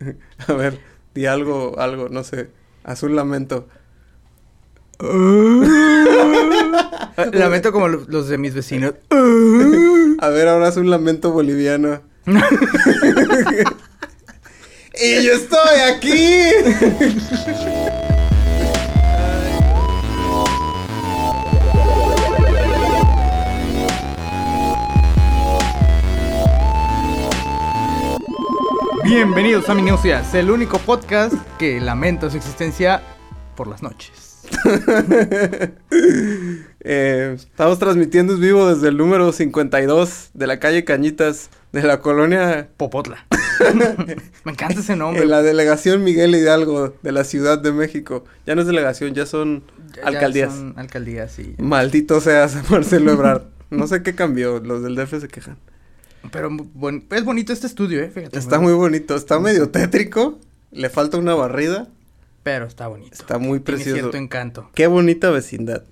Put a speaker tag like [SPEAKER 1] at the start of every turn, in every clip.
[SPEAKER 1] A ver, di algo, algo, no sé. Haz un lamento.
[SPEAKER 2] Ah, Lamento como lo- los de mis vecinos.
[SPEAKER 1] A ver, ahora haz un lamento boliviano. y yo estoy aquí.
[SPEAKER 2] Bienvenidos a Minucias, el único podcast que lamenta su existencia por las noches.
[SPEAKER 1] Eh, estamos transmitiendo en vivo desde el número 52 de la calle Cañitas de la colonia
[SPEAKER 2] Popotla. Me encanta ese nombre.
[SPEAKER 1] En la delegación Miguel Hidalgo de la Ciudad de México. Ya no es delegación, ya son
[SPEAKER 2] Ya- ya
[SPEAKER 1] alcaldías.
[SPEAKER 2] son alcaldías, sí.
[SPEAKER 1] Maldito seas, Marcelo Ebrard. No sé qué cambió, los del DF se quejan.
[SPEAKER 2] Pero mu- buen- es bonito este estudio, ¿eh? Fíjate.
[SPEAKER 1] Está muy bonito, está medio tétrico, le falta una barrida,
[SPEAKER 2] Pero está bonito.
[SPEAKER 1] está muy
[SPEAKER 2] Tiene
[SPEAKER 1] precioso.
[SPEAKER 2] cierto encanto.
[SPEAKER 1] Qué bonita vecindad.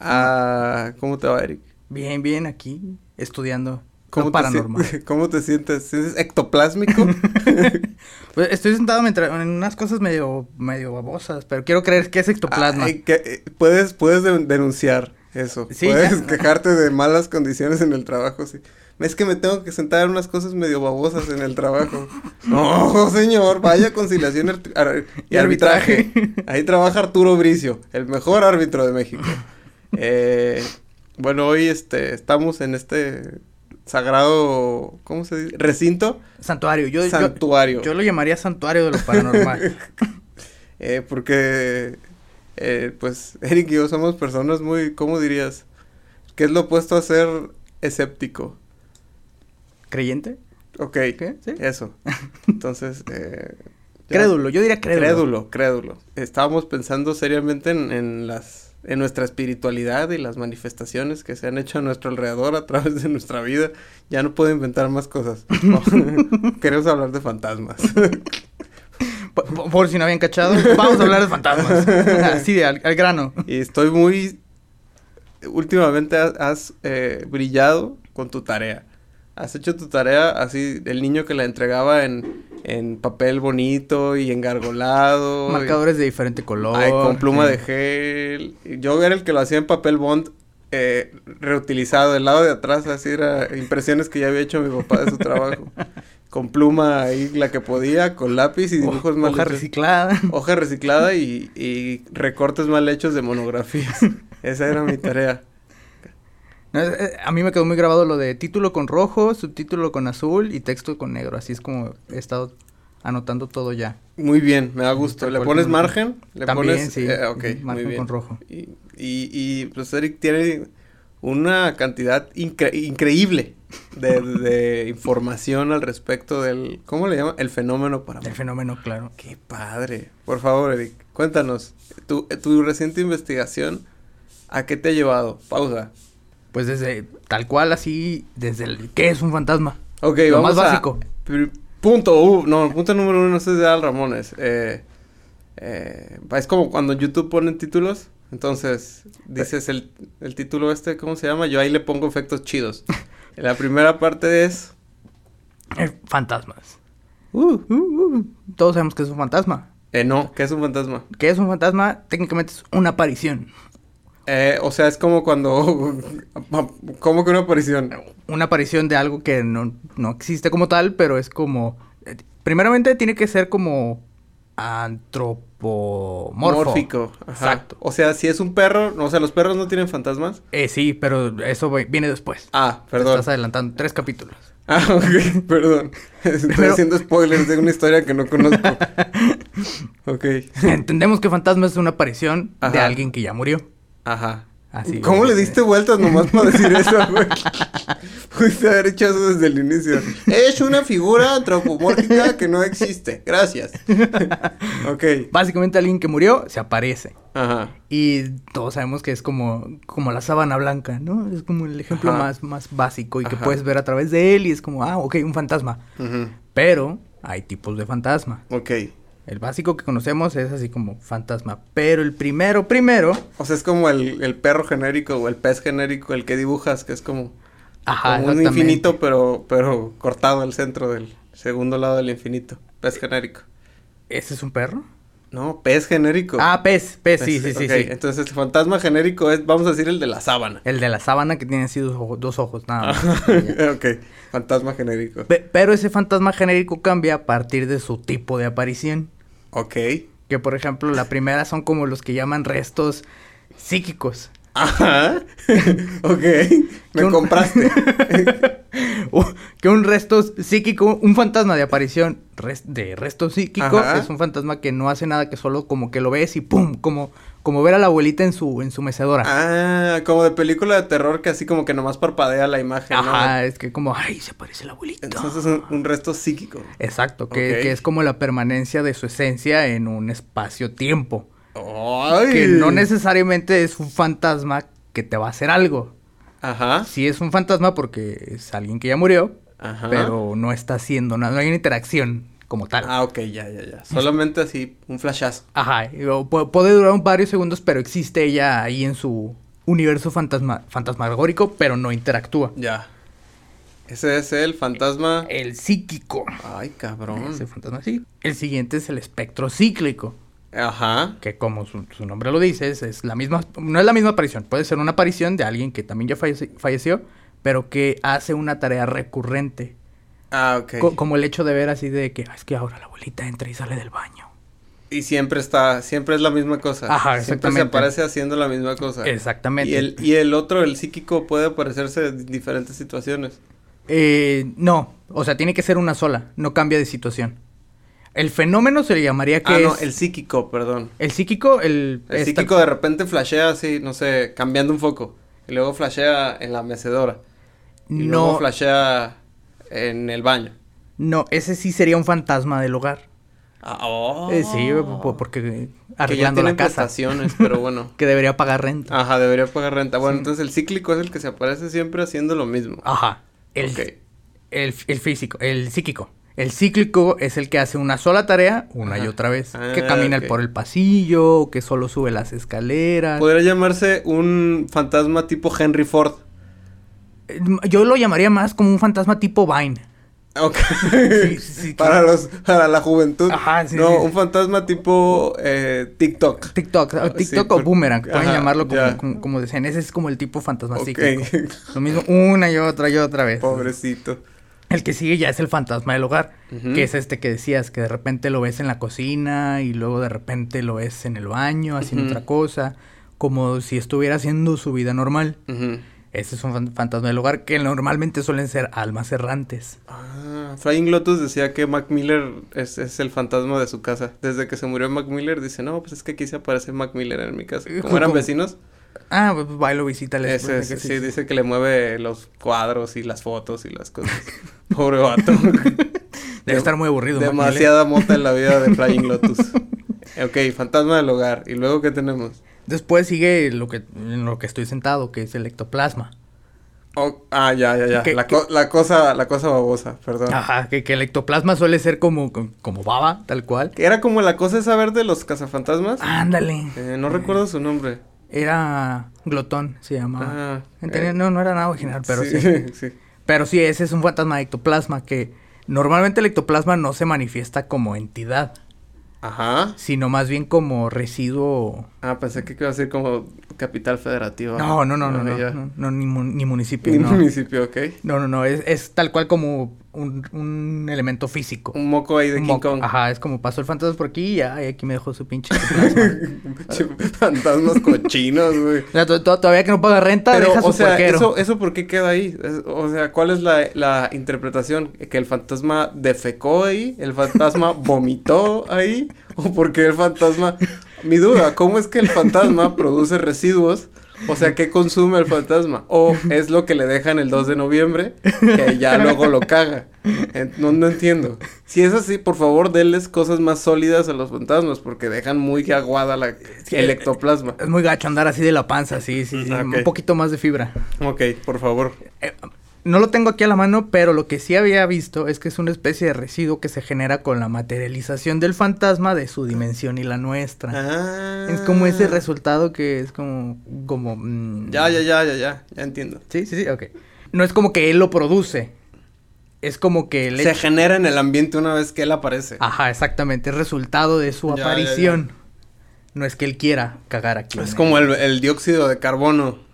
[SPEAKER 1] Ah, ¿cómo te va, Eric?
[SPEAKER 2] Bien, bien, aquí, estudiando.
[SPEAKER 1] ¿Cómo
[SPEAKER 2] lo
[SPEAKER 1] te
[SPEAKER 2] paranormal.
[SPEAKER 1] sien- ¿Cómo te sientes? ¿Sientes ectoplásmico?
[SPEAKER 2] Pues, Estoy sentado mientras- en unas cosas medio, medio babosas, pero quiero creer que es ectoplasma.
[SPEAKER 1] Ay, que, eh, puedes, puedes den- denunciar eso.
[SPEAKER 2] Sí,
[SPEAKER 1] puedes
[SPEAKER 2] ya.
[SPEAKER 1] quejarte de malas condiciones en el trabajo, sí. Es que me tengo que sentar en unas cosas medio babosas en el trabajo. no, señor, vaya conciliación ar- ar- y
[SPEAKER 2] Y arbitraje.
[SPEAKER 1] arbitraje. Ahí trabaja Arturo Bricio, el mejor árbitro de México. Eh, bueno, hoy este, estamos en este sagrado, ¿cómo se dice? Recinto,
[SPEAKER 2] santuario. Yo, yo-
[SPEAKER 1] santuario.
[SPEAKER 2] Yo, lo llamaría santuario de lo paranormal.
[SPEAKER 1] Eh, porque, eh, pues, Eric y yo somos personas muy, ¿cómo dirías? Que es lo opuesto a ser escéptico.
[SPEAKER 2] ¿Creyente?
[SPEAKER 1] Ok,
[SPEAKER 2] ¿Qué? Sí.
[SPEAKER 1] eso. Entonces, eh, ya-
[SPEAKER 2] Crédulo, yo diría crédulo.
[SPEAKER 1] crédulo. Crédulo, Estábamos pensando seriamente en, en las, en nuestra espiritualidad y las manifestaciones que se han hecho a nuestro alrededor a través de nuestra vida. Ya no puedo inventar más cosas. Queremos hablar de fantasmas.
[SPEAKER 2] Po- po- Por, si no habían cachado, vamos a hablar de fantasmas. Así de al, al grano.
[SPEAKER 1] Y estoy muy... Últimamente has, has, eh, brillado con tu tarea. Has hecho tu tarea así, el niño que la entregaba en, en papel bonito y engargolado. y-
[SPEAKER 2] Marcadores de diferente color.
[SPEAKER 1] ay, con pluma
[SPEAKER 2] sí.
[SPEAKER 1] de gel. Y Yo era el que lo hacía en papel bond eh, reutilizado. El lado de atrás así era impresiones que ya había hecho mi papá de su trabajo. con pluma ahí la que podía, con lápiz y
[SPEAKER 2] Ho-
[SPEAKER 1] dibujos mal
[SPEAKER 2] hoja
[SPEAKER 1] hechos.
[SPEAKER 2] reciclada.
[SPEAKER 1] Hoja reciclada y, y recortes mal hechos de monografías. Esa era mi tarea.
[SPEAKER 2] No, es- eh, A mí me quedó muy grabado lo de título con rojo, subtítulo con azul y texto con negro. Así es como he estado anotando todo ya.
[SPEAKER 1] Muy bien, me da gusto.
[SPEAKER 2] Tal
[SPEAKER 1] ¿Le
[SPEAKER 2] cual
[SPEAKER 1] pones
[SPEAKER 2] como-
[SPEAKER 1] margen? ¿Le
[SPEAKER 2] También,
[SPEAKER 1] pones...?
[SPEAKER 2] sí.
[SPEAKER 1] eh, ok,
[SPEAKER 2] Margen
[SPEAKER 1] muy bien.
[SPEAKER 2] con rojo.
[SPEAKER 1] Y, y, y, pues Eric tiene una cantidad incre- increíble de, de información al respecto del... ¿Cómo le llama? El fenómeno para...
[SPEAKER 2] El fenómeno, claro.
[SPEAKER 1] ¡Qué padre! Por favor, Eric, cuéntanos. Tu, tu reciente investigación, ¿a qué te ha llevado? Pausa.
[SPEAKER 2] Pues desde tal cual, así, desde el qué es un fantasma.
[SPEAKER 1] Ok,
[SPEAKER 2] Lo
[SPEAKER 1] vamos
[SPEAKER 2] más
[SPEAKER 1] a-
[SPEAKER 2] básico.
[SPEAKER 1] pri- punto, u- no, punto número uno es de Al Ramones. Eh, eh, es como cuando en YouTube ponen títulos, entonces dices el, el título este, ¿cómo se llama? Yo ahí le pongo efectos chidos. La primera parte es...
[SPEAKER 2] Eh, Fantasmas.
[SPEAKER 1] Uh,
[SPEAKER 2] Uh, uh, Todos sabemos que es un fantasma.
[SPEAKER 1] eh, no, que es un fantasma.
[SPEAKER 2] ¿Qué es un fantasma? Técnicamente es una aparición.
[SPEAKER 1] Eh, o sea, es como cuando... como que una aparición.
[SPEAKER 2] Una aparición de algo que no, no existe como tal, pero es como... eh, Primeramente tiene que ser como antropomorfo.
[SPEAKER 1] Mórfico. ajá.
[SPEAKER 2] Exacto.
[SPEAKER 1] O sea, si es un perro, o sea, los perros no tienen fantasmas.
[SPEAKER 2] Eh, sí, pero eso vi- viene después.
[SPEAKER 1] Ah,
[SPEAKER 2] Te
[SPEAKER 1] perdón.
[SPEAKER 2] estás adelantando tres capítulos.
[SPEAKER 1] Ah, ok, perdón. Estoy
[SPEAKER 2] Pero-
[SPEAKER 1] haciendo spoilers de una historia que no conozco. ok.
[SPEAKER 2] Entendemos que fantasma es una aparición de
[SPEAKER 1] Ajá.
[SPEAKER 2] alguien que ya murió.
[SPEAKER 1] Ajá.
[SPEAKER 2] Así.
[SPEAKER 1] ¿Cómo le
[SPEAKER 2] eh,
[SPEAKER 1] diste vueltas nomás para decir eso, güey? Pudiste haber hecho eso desde el inicio. Es una figura antropomórfica que no existe. Gracias. ok.
[SPEAKER 2] Básicamente alguien que murió se aparece.
[SPEAKER 1] Ajá.
[SPEAKER 2] Y todos sabemos que es como, como la sábana blanca, ¿no? Es como el ejemplo
[SPEAKER 1] Ajá.
[SPEAKER 2] más, más básico y que
[SPEAKER 1] Ajá.
[SPEAKER 2] puedes ver a través de él y es como, ah, ok, un fantasma.
[SPEAKER 1] Ujú.
[SPEAKER 2] Pero hay tipos de fantasma.
[SPEAKER 1] Ok.
[SPEAKER 2] El básico que conocemos es así como fantasma. Pero el primero, primero,
[SPEAKER 1] O sea, es como el, el perro genérico o el pez genérico, el que dibujas, que es como,
[SPEAKER 2] ajá,
[SPEAKER 1] como un
[SPEAKER 2] exactamente.
[SPEAKER 1] infinito, pero, pero cortado al centro del. Segundo lado del infinito. Pez genérico.
[SPEAKER 2] ¿Ese es un perro?
[SPEAKER 1] No, pez genérico.
[SPEAKER 2] Ah, pez, pez, sí, sí,
[SPEAKER 1] Pez,
[SPEAKER 2] sí,
[SPEAKER 1] ok,
[SPEAKER 2] sí.
[SPEAKER 1] Entonces el fantasma genérico es, vamos a decir, el de la sábana.
[SPEAKER 2] El de la sábana que tiene así dos, ojo- dos ojos, nada
[SPEAKER 1] Ah.
[SPEAKER 2] más.
[SPEAKER 1] ok, fantasma genérico.
[SPEAKER 2] Pe- Pero ese fantasma genérico cambia a partir de su tipo de aparición.
[SPEAKER 1] Ok.
[SPEAKER 2] Que por ejemplo, la primera son como los que llaman restos psíquicos.
[SPEAKER 1] Ajá. ok. Me
[SPEAKER 2] un-
[SPEAKER 1] compraste.
[SPEAKER 2] O- que un resto psíquico, un fantasma de aparición res- de resto psíquico
[SPEAKER 1] Ajá.
[SPEAKER 2] es un fantasma que no hace nada que solo como que lo ves y pum, como, como ver a la abuelita en su, en su mecedora.
[SPEAKER 1] Ah, como de película de terror que así como que nomás parpadea la imagen, ¿no?
[SPEAKER 2] Ajá, es que como, ay, se parece la abuelita.
[SPEAKER 1] Entonces un, un resto psíquico.
[SPEAKER 2] Exacto, que,
[SPEAKER 1] Ok.
[SPEAKER 2] que es como la permanencia de su esencia en un espacio-tiempo.
[SPEAKER 1] ¡Ay!
[SPEAKER 2] Que no necesariamente es un fantasma que te va a hacer algo.
[SPEAKER 1] Ajá.
[SPEAKER 2] Sí es un fantasma porque es alguien que ya murió,
[SPEAKER 1] Ajá.
[SPEAKER 2] pero no está haciendo nada, no hay una interacción como tal.
[SPEAKER 1] Ah, ok, ya, ya, ya. Solamente así, un flashazo.
[SPEAKER 2] Ajá, y luego pu- puede durar un varios segundos, pero existe ella ahí en su universo fantasma fantasmagórico, pero no interactúa.
[SPEAKER 1] Ya. Ese es el fantasma.
[SPEAKER 2] El psíquico.
[SPEAKER 1] Ay, cabrón.
[SPEAKER 2] Eh, Ese fantasma sí. El siguiente es el espectro cíclico,
[SPEAKER 1] Ajá.
[SPEAKER 2] que como su, su nombre lo dice, es, es la misma, no es la misma aparición, puede ser una aparición de alguien que también ya fallece- falleció, pero que hace una tarea recurrente,
[SPEAKER 1] Ah, ok.
[SPEAKER 2] Co- como el hecho de ver así de que, "Ah, es que ahora la abuelita entra y sale del baño.
[SPEAKER 1] Y siempre está, siempre es la misma cosa.
[SPEAKER 2] Ajá,
[SPEAKER 1] Siempre se
[SPEAKER 2] exactamente.
[SPEAKER 1] aparece haciendo la misma cosa.
[SPEAKER 2] Exactamente.
[SPEAKER 1] Y el, y el otro, el psíquico, puede aparecerse en diferentes situaciones.
[SPEAKER 2] Eh, no, o sea, tiene que ser una sola, no cambia de situación. El fenómeno se le llamaría que
[SPEAKER 1] Ah,
[SPEAKER 2] es
[SPEAKER 1] no, el psíquico, perdón.
[SPEAKER 2] el psíquico, el,
[SPEAKER 1] El
[SPEAKER 2] esta-
[SPEAKER 1] psíquico de repente flashea así, no sé, cambiando un foco. Y luego flashea en la mecedora. Y luego
[SPEAKER 2] no,
[SPEAKER 1] flashea en el baño.
[SPEAKER 2] no, ese sí sería un fantasma del hogar.
[SPEAKER 1] Ah, oh.
[SPEAKER 2] Eh, sí, po- po- porque
[SPEAKER 1] que ya
[SPEAKER 2] arreglando
[SPEAKER 1] tienen
[SPEAKER 2] la casa,
[SPEAKER 1] prestaciones, pero bueno.
[SPEAKER 2] que debería pagar renta.
[SPEAKER 1] Ajá, debería pagar renta. Bueno,
[SPEAKER 2] Sí.
[SPEAKER 1] entonces el cíclico es el que se aparece siempre haciendo lo mismo.
[SPEAKER 2] Ajá. El,
[SPEAKER 1] Ok.
[SPEAKER 2] el, el físico, el psíquico. El cíclico es el que hace una sola tarea una y
[SPEAKER 1] Ajá.
[SPEAKER 2] otra vez.
[SPEAKER 1] Ah,
[SPEAKER 2] que camina
[SPEAKER 1] ok.
[SPEAKER 2] por el pasillo, que solo sube las escaleras.
[SPEAKER 1] Podría llamarse un fantasma tipo Henry Ford.
[SPEAKER 2] Eh, Yo lo llamaría más como un fantasma tipo Vine.
[SPEAKER 1] Ok.
[SPEAKER 2] Sí, sí, sí,
[SPEAKER 1] para
[SPEAKER 2] claro.
[SPEAKER 1] los, para la juventud.
[SPEAKER 2] Ajá, sí,
[SPEAKER 1] No,
[SPEAKER 2] sí.
[SPEAKER 1] un fantasma tipo eh, TikTok.
[SPEAKER 2] TikTok, o
[SPEAKER 1] Ah,
[SPEAKER 2] TikTok
[SPEAKER 1] sí,
[SPEAKER 2] o
[SPEAKER 1] por-
[SPEAKER 2] Boomerang, pueden
[SPEAKER 1] ajá,
[SPEAKER 2] llamarlo
[SPEAKER 1] ya.
[SPEAKER 2] como, como, como decían, ese es como el tipo fantasma
[SPEAKER 1] Ok.
[SPEAKER 2] psíquico. Lo mismo una y otra y otra vez.
[SPEAKER 1] Pobrecito.
[SPEAKER 2] El que sigue ya es el fantasma del hogar,
[SPEAKER 1] Ujú.
[SPEAKER 2] que es este que decías, que de repente lo ves en la cocina y luego de repente lo ves en el baño haciendo
[SPEAKER 1] Ujú.
[SPEAKER 2] otra cosa, como si estuviera haciendo su vida normal.
[SPEAKER 1] Ujú.
[SPEAKER 2] Ese es un fan- fantasma del hogar que normalmente suelen ser almas errantes.
[SPEAKER 1] Ah, Flying Lotus decía que Mac Miller es, es el fantasma de su casa. Desde que se murió Mac Miller, dice, no, pues es que aquí se aparece Mac Miller en mi casa.
[SPEAKER 2] Eh,
[SPEAKER 1] Como eran
[SPEAKER 2] como-
[SPEAKER 1] vecinos,
[SPEAKER 2] Ah, pues bailo, visítales.
[SPEAKER 1] ese
[SPEAKER 2] pues,
[SPEAKER 1] es-
[SPEAKER 2] que
[SPEAKER 1] sí, dice que le mueve los cuadros y las fotos y las cosas. Pobre vato.
[SPEAKER 2] Debe estar muy aburrido. Mac Miller.
[SPEAKER 1] Demasiada mota en la vida de Flying Lotus. ok, fantasma del hogar. ¿Y luego qué tenemos?
[SPEAKER 2] Después sigue lo que, en lo que estoy sentado, que es el ectoplasma.
[SPEAKER 1] Oh, ah, ya, ya, ya.
[SPEAKER 2] ¿Qué-
[SPEAKER 1] la,
[SPEAKER 2] qué- Ah.
[SPEAKER 1] co- la cosa, la cosa babosa, perdón.
[SPEAKER 2] Ajá, que, que el ectoplasma suele ser como, como baba, tal cual.
[SPEAKER 1] Que Era como la cosa esa verde de los cazafantasmas.
[SPEAKER 2] Ah. Ándale.
[SPEAKER 1] Eh, no recuerdo su nombre.
[SPEAKER 2] Era glotón, se llamaba.
[SPEAKER 1] Ah,
[SPEAKER 2] Tenía-
[SPEAKER 1] eh,
[SPEAKER 2] no, no era nada original, pero sí.
[SPEAKER 1] sí.
[SPEAKER 2] Pero sí, ese es un fantasma de ectoplasma que normalmente el ectoplasma no se manifiesta como entidad,
[SPEAKER 1] Ajá.
[SPEAKER 2] sino más bien como residuo.
[SPEAKER 1] Ah, pensé que iba a ser como capital federativa.
[SPEAKER 2] No, no, no,
[SPEAKER 1] Ah,
[SPEAKER 2] no, no,
[SPEAKER 1] ya.
[SPEAKER 2] no, no, ni, mu- ni municipio.
[SPEAKER 1] Ni
[SPEAKER 2] no.
[SPEAKER 1] municipio, ok.
[SPEAKER 2] no, no, no, es, es tal cual como un, un elemento físico.
[SPEAKER 1] Un moco ahí de
[SPEAKER 2] Un
[SPEAKER 1] King
[SPEAKER 2] moco.
[SPEAKER 1] Kong.
[SPEAKER 2] Ajá, es como pasó el fantasma por aquí y ya, y aquí me dejó su pinche ectoplasma.
[SPEAKER 1] Fantasmas cochinos, güey.
[SPEAKER 2] O sea, to- to- todavía que no paga renta,
[SPEAKER 1] Pero,
[SPEAKER 2] deja su
[SPEAKER 1] o sea,
[SPEAKER 2] puerquero.
[SPEAKER 1] eso, ¿eso por qué queda ahí? Es- o sea, ¿cuál es la, la interpretación? ¿Que el fantasma defecó ahí? ¿El fantasma vomitó ahí? ¿O por qué el fantasma...? Mi duda, ¿cómo es que el fantasma produce residuos? O sea, ¿qué consume el fantasma? ¿O es lo que le dejan el 2 de noviembre? Que ya luego lo caga. En- No, no entiendo. Si es así, por favor, denles cosas más sólidas a los fantasmas, porque dejan muy aguada la, el ectoplasma.
[SPEAKER 2] Es muy gacho andar así de la panza, sí, sí, sí,
[SPEAKER 1] Ah, ok.
[SPEAKER 2] un poquito más de fibra.
[SPEAKER 1] Ok, por favor.
[SPEAKER 2] No lo tengo aquí a la mano, pero lo que sí había visto es que es una especie de residuo que se genera con la materialización del fantasma de su dimensión y la nuestra.
[SPEAKER 1] Ah.
[SPEAKER 2] Es como ese resultado que es como, como... mm,
[SPEAKER 1] Ya, ya, ya, ya, ya, ya entiendo.
[SPEAKER 2] Sí, sí, sí, ok. No es como que él lo produce. es como que el
[SPEAKER 1] Se genera en el ambiente una vez que él aparece.
[SPEAKER 2] Ajá, exactamente. Es resultado de su
[SPEAKER 1] Ya, ya, ya.
[SPEAKER 2] aparición. No es que él quiera cagar aquí.
[SPEAKER 1] es
[SPEAKER 2] ¿no?
[SPEAKER 1] como el, el dióxido de carbono.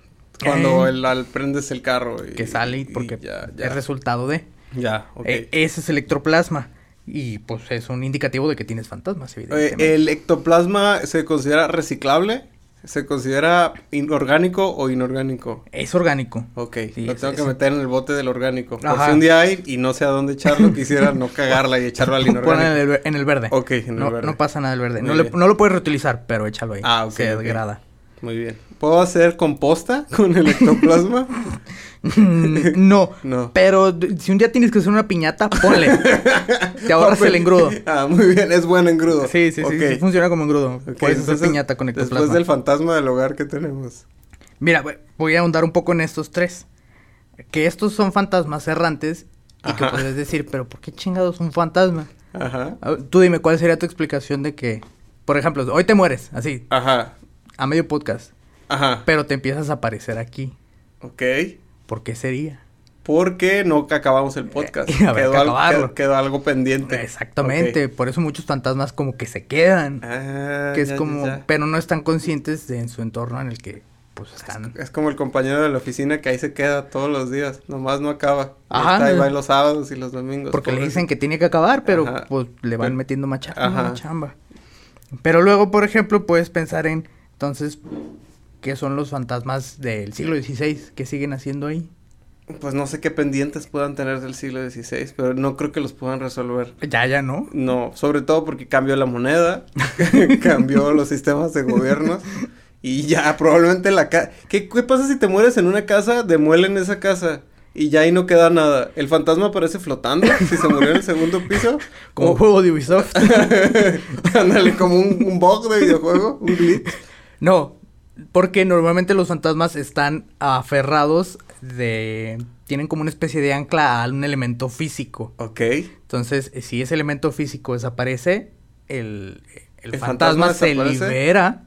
[SPEAKER 1] Cuando
[SPEAKER 2] Eh.
[SPEAKER 1] el, al- prendes el carro. y-
[SPEAKER 2] Que sale y-
[SPEAKER 1] y
[SPEAKER 2] porque
[SPEAKER 1] ya, ya.
[SPEAKER 2] es resultado de.
[SPEAKER 1] Ya, ok.
[SPEAKER 2] E- ese es electroplasma. Y pues es un indicativo de que tienes fantasmas,
[SPEAKER 1] Oye,
[SPEAKER 2] evidentemente.
[SPEAKER 1] Eh, ¿El ectoplasma se considera reciclable? ¿Se considera inorgánico o inorgánico?
[SPEAKER 2] Es orgánico.
[SPEAKER 1] Ok,
[SPEAKER 2] Sí,
[SPEAKER 1] lo
[SPEAKER 2] es-
[SPEAKER 1] tengo que
[SPEAKER 2] es-
[SPEAKER 1] meter en el bote del orgánico. Por
[SPEAKER 2] Ajá.
[SPEAKER 1] si un día hay y no sé a dónde echarlo, quisiera no cagarla y echarlo al
[SPEAKER 2] Ponlo en
[SPEAKER 1] inorgánico.
[SPEAKER 2] el, ver- en el verde.
[SPEAKER 1] Ok, en el
[SPEAKER 2] no,
[SPEAKER 1] verde.
[SPEAKER 2] no pasa nada el verde.
[SPEAKER 1] Muy
[SPEAKER 2] No, le-
[SPEAKER 1] bien.
[SPEAKER 2] no lo puedes reutilizar, pero échalo ahí.
[SPEAKER 1] Ah, ok,
[SPEAKER 2] Se
[SPEAKER 1] ok.
[SPEAKER 2] degrada.
[SPEAKER 1] Muy bien. ¿Puedo hacer composta con el ectoplasma?
[SPEAKER 2] Mm, no.
[SPEAKER 1] No.
[SPEAKER 2] Pero d- si un día tienes que hacer una piñata, ponle. Te ahorras
[SPEAKER 1] Papel.
[SPEAKER 2] el engrudo.
[SPEAKER 1] Ah, muy bien, es buen engrudo.
[SPEAKER 2] Sí, sí, sí,
[SPEAKER 1] Ok,
[SPEAKER 2] sí, funciona como engrudo.
[SPEAKER 1] ok,
[SPEAKER 2] Puedes hacer
[SPEAKER 1] entonces,
[SPEAKER 2] piñata con ectoplasma.
[SPEAKER 1] Después del fantasma del hogar que tenemos.
[SPEAKER 2] Mira, güey, voy a ahondar un poco en estos tres. Que estos son fantasmas errantes y
[SPEAKER 1] Ajá.
[SPEAKER 2] que puedes decir, pero ¿por qué chingados un fantasma?
[SPEAKER 1] Ajá.
[SPEAKER 2] A ver, Tú dime cuál sería tu explicación de que, por ejemplo, hoy te mueres, así,
[SPEAKER 1] Ajá.
[SPEAKER 2] a medio podcast,
[SPEAKER 1] Ajá.
[SPEAKER 2] pero te empiezas a aparecer aquí.
[SPEAKER 1] Ok.
[SPEAKER 2] ¿Por qué sería?
[SPEAKER 1] Porque no acabamos el podcast.
[SPEAKER 2] Eh, habrá
[SPEAKER 1] quedó,
[SPEAKER 2] que
[SPEAKER 1] algo,
[SPEAKER 2] acabarlo.
[SPEAKER 1] qued- quedó algo pendiente.
[SPEAKER 2] Exactamente, por eso muchos fantasmas como que se quedan,
[SPEAKER 1] Ok. Ah,
[SPEAKER 2] que es
[SPEAKER 1] ya, ya,
[SPEAKER 2] como,
[SPEAKER 1] ya.
[SPEAKER 2] pero no están conscientes de en su entorno en el que pues están.
[SPEAKER 1] Es como el compañero de la oficina que ahí se queda todos los días, nomás no acaba. Y
[SPEAKER 2] Ajá,
[SPEAKER 1] Está ahí
[SPEAKER 2] no.
[SPEAKER 1] va los sábados y los domingos.
[SPEAKER 2] Porque le
[SPEAKER 1] pobre.
[SPEAKER 2] dicen que tiene que acabar, pero
[SPEAKER 1] Ajá.
[SPEAKER 2] pues le van
[SPEAKER 1] Pero-
[SPEAKER 2] metiendo más chamba,
[SPEAKER 1] Ajá.
[SPEAKER 2] más chamba. Pero luego, por ejemplo, puedes pensar en, entonces, ¿qué son los fantasmas del siglo XVI? ¿Qué siguen haciendo ahí?
[SPEAKER 1] Pues no sé qué pendientes puedan tener del siglo XVI, pero no creo que los puedan resolver.
[SPEAKER 2] Ya, ya, ¿no?
[SPEAKER 1] No, sobre todo porque cambió la moneda, cambió los sistemas de gobiernos y ya probablemente la casa... ¿Qué, ¿Qué pasa si te mueres en una casa, demuelen esa casa y ya ahí no queda nada? ¿El fantasma aparece flotando si se murió en el segundo piso?
[SPEAKER 2] Como
[SPEAKER 1] O-
[SPEAKER 2] juego de Ubisoft.
[SPEAKER 1] Ándale, como un, un bug de videojuego, un glitch.
[SPEAKER 2] no, porque normalmente los fantasmas están aferrados de... Tienen como una especie de ancla a un elemento físico.
[SPEAKER 1] Ok.
[SPEAKER 2] Entonces, eh, si ese elemento físico desaparece, el, el
[SPEAKER 1] ¿El fantasma
[SPEAKER 2] fantasma, se
[SPEAKER 1] desaparece?
[SPEAKER 2] libera.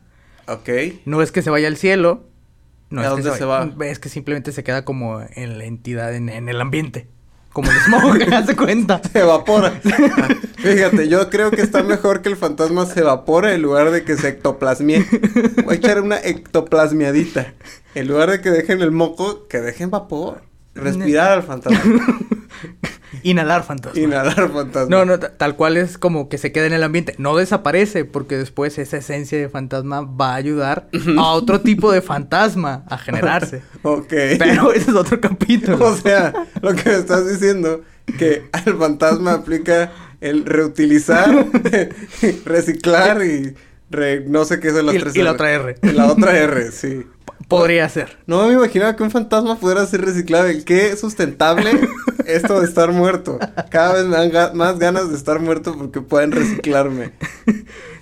[SPEAKER 1] Ok.
[SPEAKER 2] No es que se vaya al cielo. No
[SPEAKER 1] ¿A
[SPEAKER 2] es
[SPEAKER 1] dónde
[SPEAKER 2] que
[SPEAKER 1] se
[SPEAKER 2] vaya-
[SPEAKER 1] va?
[SPEAKER 2] Es que simplemente se queda como en la entidad, en, en el ambiente. Como el smog, haz de cuenta.
[SPEAKER 1] Se evapora. Ah, Fíjate, yo creo que está mejor que el fantasma se evapore en lugar de que se ectoplasmie. Voy a echar una ectoplasmiadita. En lugar de que dejen el moco, que dejen vapor. Respirar al fantasma.
[SPEAKER 2] Inhalar fantasma.
[SPEAKER 1] y nadar al fantasma.
[SPEAKER 2] No, no, ta- tal cual es como que se queda en el ambiente. No desaparece, porque después esa esencia de fantasma va a ayudar a otro tipo de fantasma a generarse.
[SPEAKER 1] Ok.
[SPEAKER 2] Pero ese es otro capítulo.
[SPEAKER 1] O sea, lo que me estás diciendo, que al fantasma aplica el reutilizar, reciclar y re- no sé qué son las
[SPEAKER 2] Y-
[SPEAKER 1] tres
[SPEAKER 2] y la
[SPEAKER 1] R.
[SPEAKER 2] otra R.
[SPEAKER 1] La otra R, sí.
[SPEAKER 2] Podría ser.
[SPEAKER 1] No me imaginaba que un fantasma pudiera ser reciclable. Qué sustentable esto de estar muerto. Cada vez me dan ga- más ganas de estar muerto porque pueden reciclarme.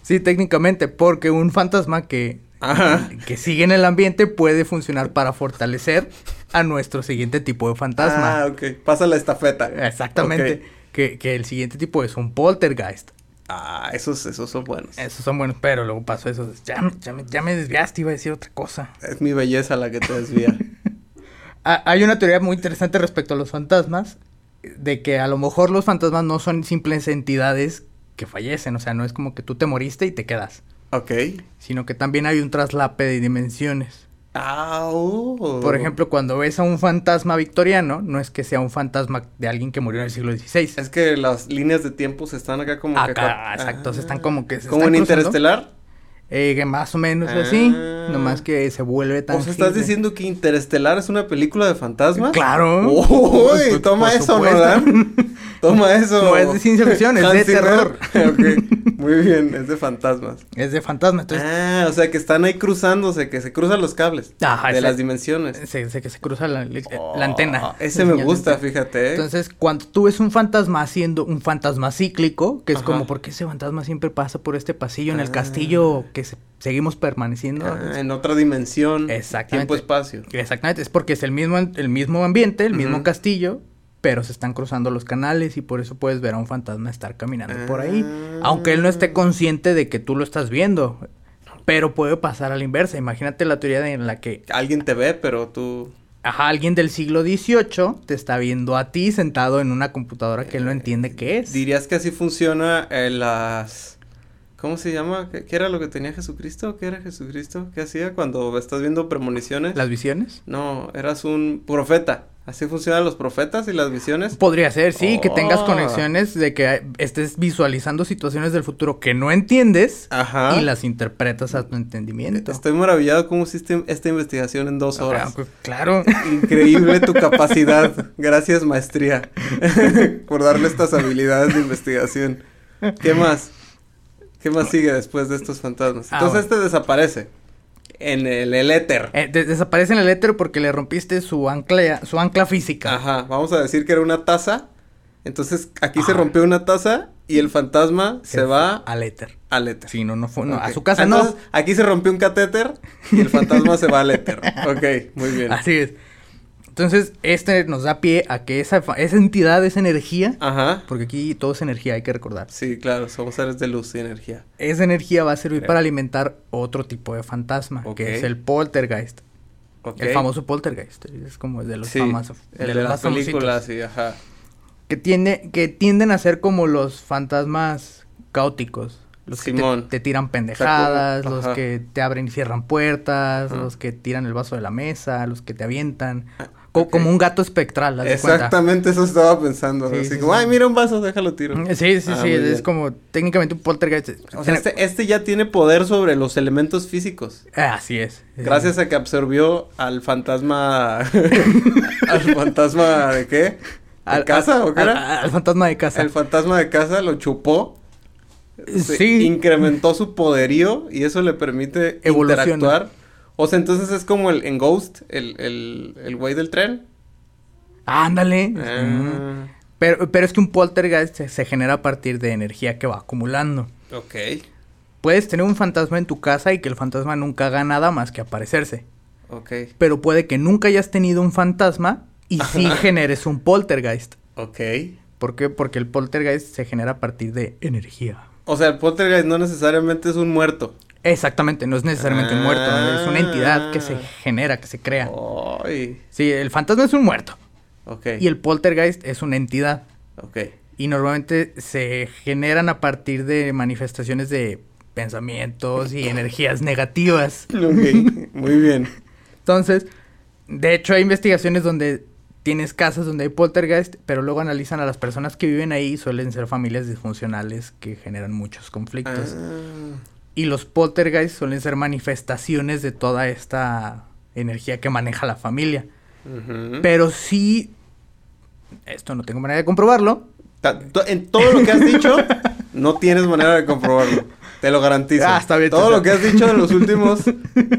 [SPEAKER 2] Sí, técnicamente, porque un fantasma que,
[SPEAKER 1] Ajá.
[SPEAKER 2] que sigue en el ambiente puede funcionar para fortalecer a nuestro siguiente tipo de fantasma.
[SPEAKER 1] Ah, ok. Pasa la estafeta.
[SPEAKER 2] Exactamente.
[SPEAKER 1] Ok.
[SPEAKER 2] Que, que el siguiente tipo es un poltergeist.
[SPEAKER 1] Ah, esos, esos son buenos. Es...
[SPEAKER 2] Esos son buenos, pero luego pasó eso. de, Ya, me- ya me- ya me desviaste, iba a decir otra cosa.
[SPEAKER 1] mi belleza la que te desvía.
[SPEAKER 2] Ah, hay una teoría muy interesante respecto a los fantasmas, de que a lo mejor los fantasmas no son simples entidades que fallecen, o sea, no es como que tú te moriste y te quedas,
[SPEAKER 1] ok.
[SPEAKER 2] sino que también hay un traslape de dimensiones.
[SPEAKER 1] Ah, oh.
[SPEAKER 2] Por ejemplo, cuando ves a un fantasma victoriano, no es que sea un fantasma de alguien que murió en el siglo XVI.
[SPEAKER 1] Es que las líneas de tiempo se están acá como que...
[SPEAKER 2] Acá,
[SPEAKER 1] cua-
[SPEAKER 2] exacto, se
[SPEAKER 1] Ah.
[SPEAKER 2] están como que... se
[SPEAKER 1] Como en
[SPEAKER 2] están cruzando.
[SPEAKER 1] Interestelar.
[SPEAKER 2] Eh, que más o menos así,
[SPEAKER 1] Ah.
[SPEAKER 2] nomás que se vuelve tan...
[SPEAKER 1] O sea, ¿estás diciendo que Interestelar es una película de fantasmas?
[SPEAKER 2] Claro.
[SPEAKER 1] ¡Uy!
[SPEAKER 2] Por-
[SPEAKER 1] toma
[SPEAKER 2] por
[SPEAKER 1] eso,
[SPEAKER 2] supuesto.
[SPEAKER 1] Nolan. Toma eso.
[SPEAKER 2] No es de ciencia ficción, es de
[SPEAKER 1] Hans
[SPEAKER 2] terror.
[SPEAKER 1] Zimmer. ok. Muy bien, es de fantasmas.
[SPEAKER 2] Es de fantasma, entonces...
[SPEAKER 1] ah, o sea, que están ahí cruzándose, que se cruzan los cables.
[SPEAKER 2] Ajá,
[SPEAKER 1] de
[SPEAKER 2] exacto.
[SPEAKER 1] las dimensiones.
[SPEAKER 2] Se, se- que se cruza la, la
[SPEAKER 1] Oh,
[SPEAKER 2] antena.
[SPEAKER 1] Ah. Ese
[SPEAKER 2] La
[SPEAKER 1] me
[SPEAKER 2] señal de
[SPEAKER 1] gusta,
[SPEAKER 2] antena.
[SPEAKER 1] fíjate. ¿eh?
[SPEAKER 2] Entonces, cuando tú ves un fantasma haciendo un fantasma cíclico, que es
[SPEAKER 1] Ajá.
[SPEAKER 2] como, ¿por qué ese fantasma siempre pasa por este pasillo en el
[SPEAKER 1] Ah.
[SPEAKER 2] castillo que se- seguimos permaneciendo?
[SPEAKER 1] Ah, en otra dimensión.
[SPEAKER 2] pues. Exactamente.
[SPEAKER 1] Tiempo-espacio.
[SPEAKER 2] Exactamente, es porque es el mismo, el mismo ambiente, el mismo
[SPEAKER 1] Ujú.
[SPEAKER 2] castillo, pero se están cruzando los canales y por eso puedes ver a un fantasma estar caminando por ahí.
[SPEAKER 1] Ah.
[SPEAKER 2] Aunque él no esté consciente de que tú lo estás viendo, pero puede pasar a la inversa. Imagínate la teoría de- en la que
[SPEAKER 1] Alguien te ve, pero tú...
[SPEAKER 2] Ajá, alguien del siglo XVIII te está viendo a ti sentado en una computadora que él no entiende qué es.
[SPEAKER 1] Pues, ¿Dirías que así funciona eh, las... ¿Cómo se llama? ¿Qué, qué era lo que tenía Jesucristo? ¿Qué era Jesucristo? ¿Qué hacía cuando estás viendo premoniciones?
[SPEAKER 2] ¿Las visiones?
[SPEAKER 1] No, eras un profeta. ¿Así funcionan los profetas y las visiones?
[SPEAKER 2] Podría ser, sí, que tengas
[SPEAKER 1] Oh.
[SPEAKER 2] conexiones de que estés visualizando situaciones del futuro que no entiendes
[SPEAKER 1] Ajá.
[SPEAKER 2] y las interpretas a tu entendimiento.
[SPEAKER 1] Estoy maravillado cómo hiciste esta investigación en dos
[SPEAKER 2] Ahora,
[SPEAKER 1] horas.
[SPEAKER 2] pues, Claro.
[SPEAKER 1] Increíble tu capacidad. Gracias, maestría, por darle estas habilidades de investigación. ¿Qué más? ¿Qué más sigue después de estos fantasmas?
[SPEAKER 2] Ah,
[SPEAKER 1] Entonces
[SPEAKER 2] bueno.
[SPEAKER 1] este desaparece en el, el éter.
[SPEAKER 2] Eh, de- desaparece en el éter porque le rompiste su ancla, su ancla física.
[SPEAKER 1] Ajá, vamos a decir que era una taza. Entonces aquí se
[SPEAKER 2] Ajá.
[SPEAKER 1] rompió una taza y el fantasma se,
[SPEAKER 2] fue
[SPEAKER 1] va
[SPEAKER 2] Ah. al éter.
[SPEAKER 1] al éter.
[SPEAKER 2] Sí, no, no fue, no, a
[SPEAKER 1] Ok.
[SPEAKER 2] su casa
[SPEAKER 1] Entonces, Aquí se rompió un catéter y el fantasma se va al éter. Ok, muy bien.
[SPEAKER 2] no. Así es. Entonces, este nos da pie a que esa, fa- esa entidad, esa energía,
[SPEAKER 1] Ajá.
[SPEAKER 2] porque aquí todo es energía, hay que recordar.
[SPEAKER 1] Sí, claro, somos seres de luz y energía.
[SPEAKER 2] Esa energía va a servir
[SPEAKER 1] Creo.
[SPEAKER 2] para alimentar otro tipo de fantasma,
[SPEAKER 1] Ok.
[SPEAKER 2] que es el poltergeist.
[SPEAKER 1] Ok.
[SPEAKER 2] El famoso poltergeist. Es como de los
[SPEAKER 1] Sí,
[SPEAKER 2] famosos.
[SPEAKER 1] el de,
[SPEAKER 2] los
[SPEAKER 1] las
[SPEAKER 2] más famositos.
[SPEAKER 1] películas, sí, ajá.
[SPEAKER 2] Que, tiende, que tienden a ser como los fantasmas caóticos. Los que
[SPEAKER 1] Simón.
[SPEAKER 2] te- te, tiran pendejadas,
[SPEAKER 1] Saco-
[SPEAKER 2] los
[SPEAKER 1] ajá.
[SPEAKER 2] que te abren y cierran puertas,
[SPEAKER 1] Ajá.
[SPEAKER 2] los que tiran el vaso de la mesa, los que te avientan.
[SPEAKER 1] Ah,
[SPEAKER 2] Co-
[SPEAKER 1] ok.
[SPEAKER 2] Como un gato espectral, haz de cuenta.
[SPEAKER 1] Exactamente eso estaba pensando.
[SPEAKER 2] Sí,
[SPEAKER 1] así
[SPEAKER 2] sí,
[SPEAKER 1] como,
[SPEAKER 2] sí.
[SPEAKER 1] ay, mira un vaso, déjalo tiro.
[SPEAKER 2] Sí, sí,
[SPEAKER 1] Ah,
[SPEAKER 2] sí.
[SPEAKER 1] muy
[SPEAKER 2] Es
[SPEAKER 1] bien.
[SPEAKER 2] como técnicamente un poltergeist.
[SPEAKER 1] O sea, este, este ya tiene poder sobre los elementos físicos.
[SPEAKER 2] Ah, Así es.
[SPEAKER 1] Gracias a que absorbió al fantasma. ¿Al fantasma de qué? ¿De
[SPEAKER 2] ¿Al
[SPEAKER 1] casa o qué
[SPEAKER 2] al-
[SPEAKER 1] era?
[SPEAKER 2] al fantasma de casa.
[SPEAKER 1] El fantasma de casa lo chupó. se
[SPEAKER 2] Sí.
[SPEAKER 1] Incrementó su poderío y eso le permite
[SPEAKER 2] Evoluciona.
[SPEAKER 1] interactuar. O sea, entonces es como el en Ghost, el, el, el güey del tren.
[SPEAKER 2] Ándale. Mm.
[SPEAKER 1] Ah,
[SPEAKER 2] Pero, pero es que un poltergeist se, se genera a partir de energía que va acumulando.
[SPEAKER 1] ok.
[SPEAKER 2] Puedes tener un fantasma en tu casa y que el fantasma nunca haga nada más que aparecerse.
[SPEAKER 1] Ok.
[SPEAKER 2] Pero puede que nunca hayas tenido un fantasma y sí generes un poltergeist.
[SPEAKER 1] Ok.
[SPEAKER 2] ¿Por qué? Porque el poltergeist se genera a partir de energía.
[SPEAKER 1] O sea, el poltergeist no necesariamente es un muerto.
[SPEAKER 2] Exactamente, no es necesariamente un muerto, es una entidad que se
[SPEAKER 1] Ah.
[SPEAKER 2] genera, que se crea.
[SPEAKER 1] Ay.
[SPEAKER 2] Sí, el fantasma es un muerto
[SPEAKER 1] Ok.
[SPEAKER 2] y el poltergeist es una entidad.
[SPEAKER 1] Ok.
[SPEAKER 2] Y normalmente se generan a partir de manifestaciones de pensamientos y energías negativas.
[SPEAKER 1] Ok. Muy bien.
[SPEAKER 2] Entonces, de hecho hay investigaciones donde tienes casas donde hay poltergeist, pero luego analizan a las personas que viven ahí y suelen ser familias disfuncionales que generan muchos conflictos.
[SPEAKER 1] Ah.
[SPEAKER 2] Y los poltergeist suelen ser manifestaciones de toda esta energía que maneja la familia.
[SPEAKER 1] Ujú.
[SPEAKER 2] Pero sí, esto no tengo manera de comprobarlo,
[SPEAKER 1] Ta- to- En todo lo que has dicho, no tienes manera de comprobarlo. Te lo garantizo.
[SPEAKER 2] Ah, está bien,
[SPEAKER 1] Todo
[SPEAKER 2] está
[SPEAKER 1] lo que has dicho en los últimos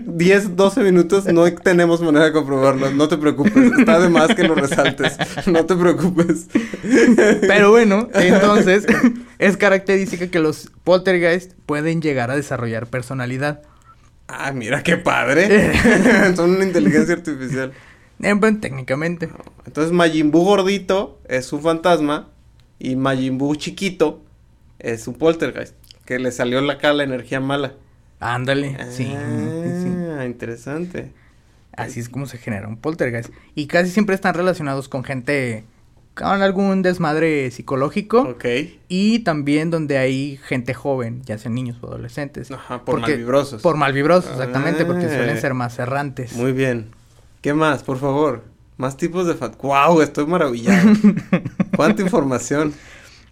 [SPEAKER 1] 10, 12 minutos, no tenemos manera de comprobarlo. No te preocupes. Está de más que lo resaltes. No te preocupes.
[SPEAKER 2] Pero bueno, entonces es característica que los poltergeist pueden llegar a desarrollar personalidad.
[SPEAKER 1] Ah, mira qué padre. Son una inteligencia artificial.
[SPEAKER 2] Eh, bueno, técnicamente.
[SPEAKER 1] Entonces, Majin Buu gordito es un fantasma. Y Majin Buu chiquito es un poltergeist. Que le salió la cara la energía mala.
[SPEAKER 2] Ándale, Eh, sí, sí.
[SPEAKER 1] Ah, interesante.
[SPEAKER 2] Así es como se genera un poltergeist. Y casi siempre están relacionados con gente con algún desmadre psicológico.
[SPEAKER 1] Ok.
[SPEAKER 2] Y también donde hay gente joven, ya sean niños o adolescentes.
[SPEAKER 1] Ajá, por
[SPEAKER 2] Porque-
[SPEAKER 1] malvibrosos.
[SPEAKER 2] Por malvibrosos, exactamente, porque suelen
[SPEAKER 1] Ah.
[SPEAKER 2] ser más errantes.
[SPEAKER 1] Muy bien. ¿Qué más, por favor? Más tipos de fat. ¡Wow! Estoy maravillado. ¿Cuánta información?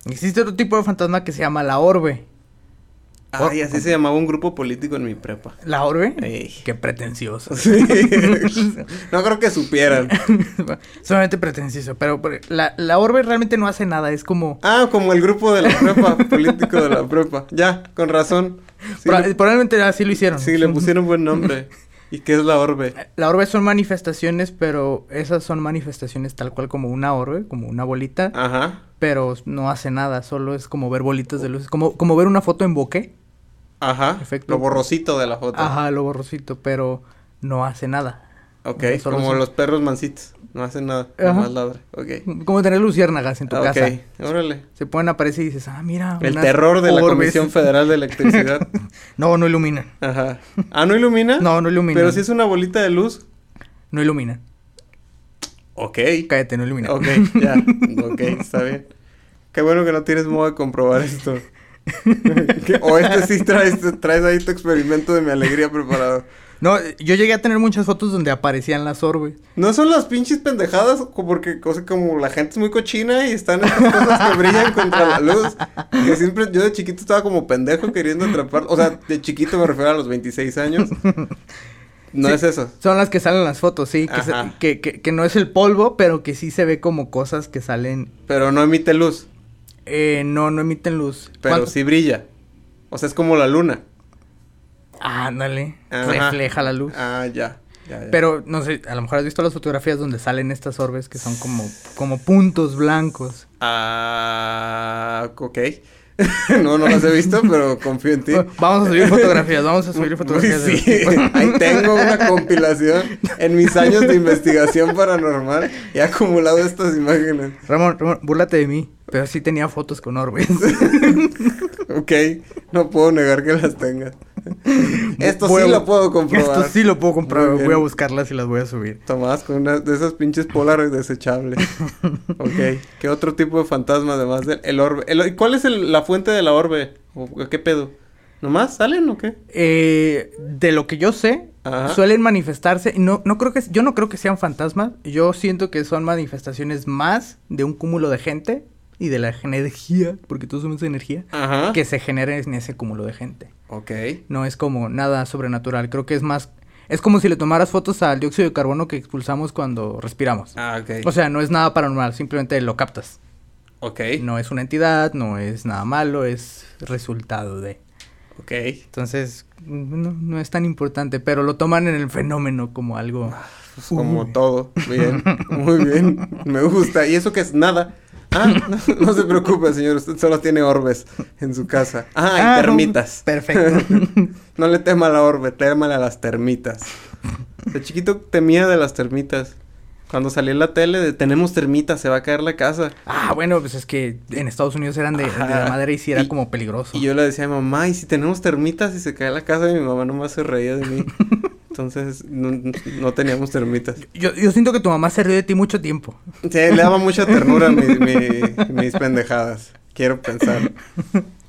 [SPEAKER 2] Existe otro tipo de fantasma que se llama la orbe.
[SPEAKER 1] Ay, así se llamaba un grupo político en mi prepa.
[SPEAKER 2] ¿La orbe?
[SPEAKER 1] Ey.
[SPEAKER 2] Qué pretencioso.
[SPEAKER 1] Sí. no creo que supieran.
[SPEAKER 2] Solamente pretencioso, pero pero la, la orbe realmente no hace nada, es como...
[SPEAKER 1] Ah, como el grupo de la prepa, político de la prepa. Ya, con razón. Sí,
[SPEAKER 2] Proba-
[SPEAKER 1] le,
[SPEAKER 2] Probablemente así lo hicieron.
[SPEAKER 1] sí, le pusieron buen nombre. ¿Y qué es la orbe?
[SPEAKER 2] La orbe son manifestaciones, pero esas son manifestaciones tal cual como una orbe, como una bolita,
[SPEAKER 1] Ah. Ajá.
[SPEAKER 2] pero no hace nada, solo es como ver bolitas de luz, como, como ver una foto en bokeh.
[SPEAKER 1] Ajá.
[SPEAKER 2] Perfecto.
[SPEAKER 1] Lo borrosito de la foto.
[SPEAKER 2] Ajá, lo borrosito, pero no hace nada.
[SPEAKER 1] Ok,
[SPEAKER 2] Ajá, solo
[SPEAKER 1] como
[SPEAKER 2] son-
[SPEAKER 1] los perros mansitos. No hacen nada.
[SPEAKER 2] Ajá.
[SPEAKER 1] Nomás ladran. Ok.
[SPEAKER 2] Como tener luciérnagas en tu
[SPEAKER 1] Ah,
[SPEAKER 2] casa.
[SPEAKER 1] Ok, órale.
[SPEAKER 2] Se pueden aparecer y dices, ah, mira.
[SPEAKER 1] El
[SPEAKER 2] unas
[SPEAKER 1] terror de la
[SPEAKER 2] orbes.
[SPEAKER 1] Comisión Federal de Electricidad.
[SPEAKER 2] No, no iluminan.
[SPEAKER 1] Ajá. Ah, ¿no ilumina?
[SPEAKER 2] No, no iluminan.
[SPEAKER 1] Pero si es una bolita de luz.
[SPEAKER 2] No iluminan.
[SPEAKER 1] Ok.
[SPEAKER 2] Cállate, no ilumina.
[SPEAKER 1] Ok, ya. Ok, está bien. Qué bueno que no tienes modo de comprobar esto. Que- o este sí traes, traes ahí tu experimento de mi alegría preparado.
[SPEAKER 2] No, yo llegué a tener muchas fotos donde aparecían las OR, güey.
[SPEAKER 1] No son las pinches pendejadas, co- porque cosa como la gente es muy cochina y están estas cosas que brillan contra la luz. Que siempre yo de chiquito estaba como pendejo queriendo atrapar. O sea, de chiquito me refiero a los 26 años. No
[SPEAKER 2] Sí.
[SPEAKER 1] es eso.
[SPEAKER 2] Son las que salen en las fotos, sí. Que, se-
[SPEAKER 1] Ajá.
[SPEAKER 2] que, que- que no es el polvo, pero que sí se ve como cosas que salen.
[SPEAKER 1] Pero no emite luz,
[SPEAKER 2] Eh, no, no emiten luz.
[SPEAKER 1] pero
[SPEAKER 2] ¿Cuánto-
[SPEAKER 1] sí brilla. O sea, es como la luna.
[SPEAKER 2] Ah, ándale.
[SPEAKER 1] Ajá.
[SPEAKER 2] Refleja la luz.
[SPEAKER 1] Ah, ya. ya, ya.
[SPEAKER 2] Pero, no sé, a lo mejor has visto las fotografías donde salen estas orbes que son como, como puntos blancos.
[SPEAKER 1] Ah, ok. no, no las he visto, pero confío en ti.
[SPEAKER 2] Bueno, Vamos a subir fotografías, vamos a subir fotografías. de este
[SPEAKER 1] Uy, sí.
[SPEAKER 2] los tipos.
[SPEAKER 1] Ahí tengo una compilación en mis años de investigación paranormal. He acumulado estas imágenes.
[SPEAKER 2] Ramón, Ramón, búrlate de mí, pero sí tenía fotos con orbes.
[SPEAKER 1] Ok, no puedo negar que las tengas. Esto
[SPEAKER 2] Voy a
[SPEAKER 1] sí
[SPEAKER 2] bu-
[SPEAKER 1] lo puedo comprobar.
[SPEAKER 2] Esto sí lo puedo comprobar,
[SPEAKER 1] Muy bien.
[SPEAKER 2] voy a buscarlas y las voy a subir.
[SPEAKER 1] Tomás, con una de esas pinches polaroides desechables. ok, ¿qué otro tipo de fantasma además del el orbe? El, or- ¿Cuál es el- la fuente de la orbe? ¿O ¿Qué pedo? ¿Nomás salen o qué?
[SPEAKER 2] Eh, de lo que yo sé,
[SPEAKER 1] Ajá.
[SPEAKER 2] suelen manifestarse, y no, no creo que, yo no creo que sean fantasmas, yo siento que son manifestaciones más de un cúmulo de gente y de la energía, porque todos somos energía,
[SPEAKER 1] Ajá.
[SPEAKER 2] que se genera en ese cúmulo de gente.
[SPEAKER 1] Ok.
[SPEAKER 2] No es como nada sobrenatural, creo que es más, es como si le tomaras fotos al dióxido de carbono que expulsamos cuando respiramos.
[SPEAKER 1] Ah, ok.
[SPEAKER 2] O sea, no es nada paranormal, simplemente lo captas.
[SPEAKER 1] ok.
[SPEAKER 2] No es una entidad, no es nada malo, es resultado de...
[SPEAKER 1] Ok.
[SPEAKER 2] Entonces, no, no es tan importante, pero lo toman en el fenómeno como algo.
[SPEAKER 1] Pues como
[SPEAKER 2] Uy.
[SPEAKER 1] todo. Bien. Muy bien. Me gusta. ¿Y eso que es? Nada. Ah, no, no se preocupe, señor. Usted solo tiene orbes en su casa. Ah, y
[SPEAKER 2] Ah, no,
[SPEAKER 1] termitas.
[SPEAKER 2] perfecto.
[SPEAKER 1] No le tema a la orbe, témale a las termitas. De chiquito temía de las termitas. Cuando salía en la tele de tenemos termitas, se va a caer la casa.
[SPEAKER 2] ah, bueno, pues es que en Estados Unidos eran de, de la
[SPEAKER 1] Ajá.
[SPEAKER 2] madre y sí era
[SPEAKER 1] Y-
[SPEAKER 2] como peligroso.
[SPEAKER 1] Y yo le decía a mi mamá, ¿y si tenemos termitas y se cae la casa? Y mi mamá nomás se reía de mí. Entonces, no, no teníamos termitas.
[SPEAKER 2] Yo, yo siento que tu mamá se rió de ti mucho tiempo.
[SPEAKER 1] Sí, le daba mucha ternura a mi- mi- mis pendejadas. Quiero pensar.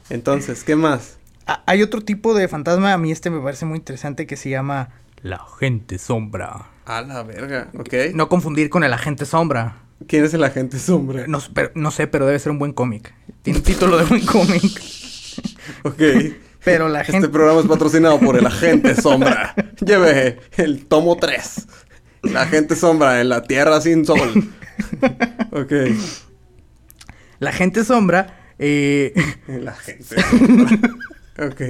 [SPEAKER 1] Entonces, ¿qué más?
[SPEAKER 2] Ah, hay otro tipo de fantasma, a mí este me parece muy interesante, que se llama la gente sombra.
[SPEAKER 1] A la verga, ¿ok?
[SPEAKER 2] No confundir con el agente sombra.
[SPEAKER 1] ¿Quién es el agente sombra?
[SPEAKER 2] No, s- pero- no sé, pero debe ser un buen cómic. Tiene título de buen
[SPEAKER 1] Este
[SPEAKER 2] cómic.
[SPEAKER 1] Ok.
[SPEAKER 2] Pero la gente.
[SPEAKER 1] Este programa es patrocinado por el agente sombra. Lleve el tomo 3. El agente sombra en la tierra sin sol. Ok.
[SPEAKER 2] La gente sombra. eh,
[SPEAKER 1] El agente sombra. Ok.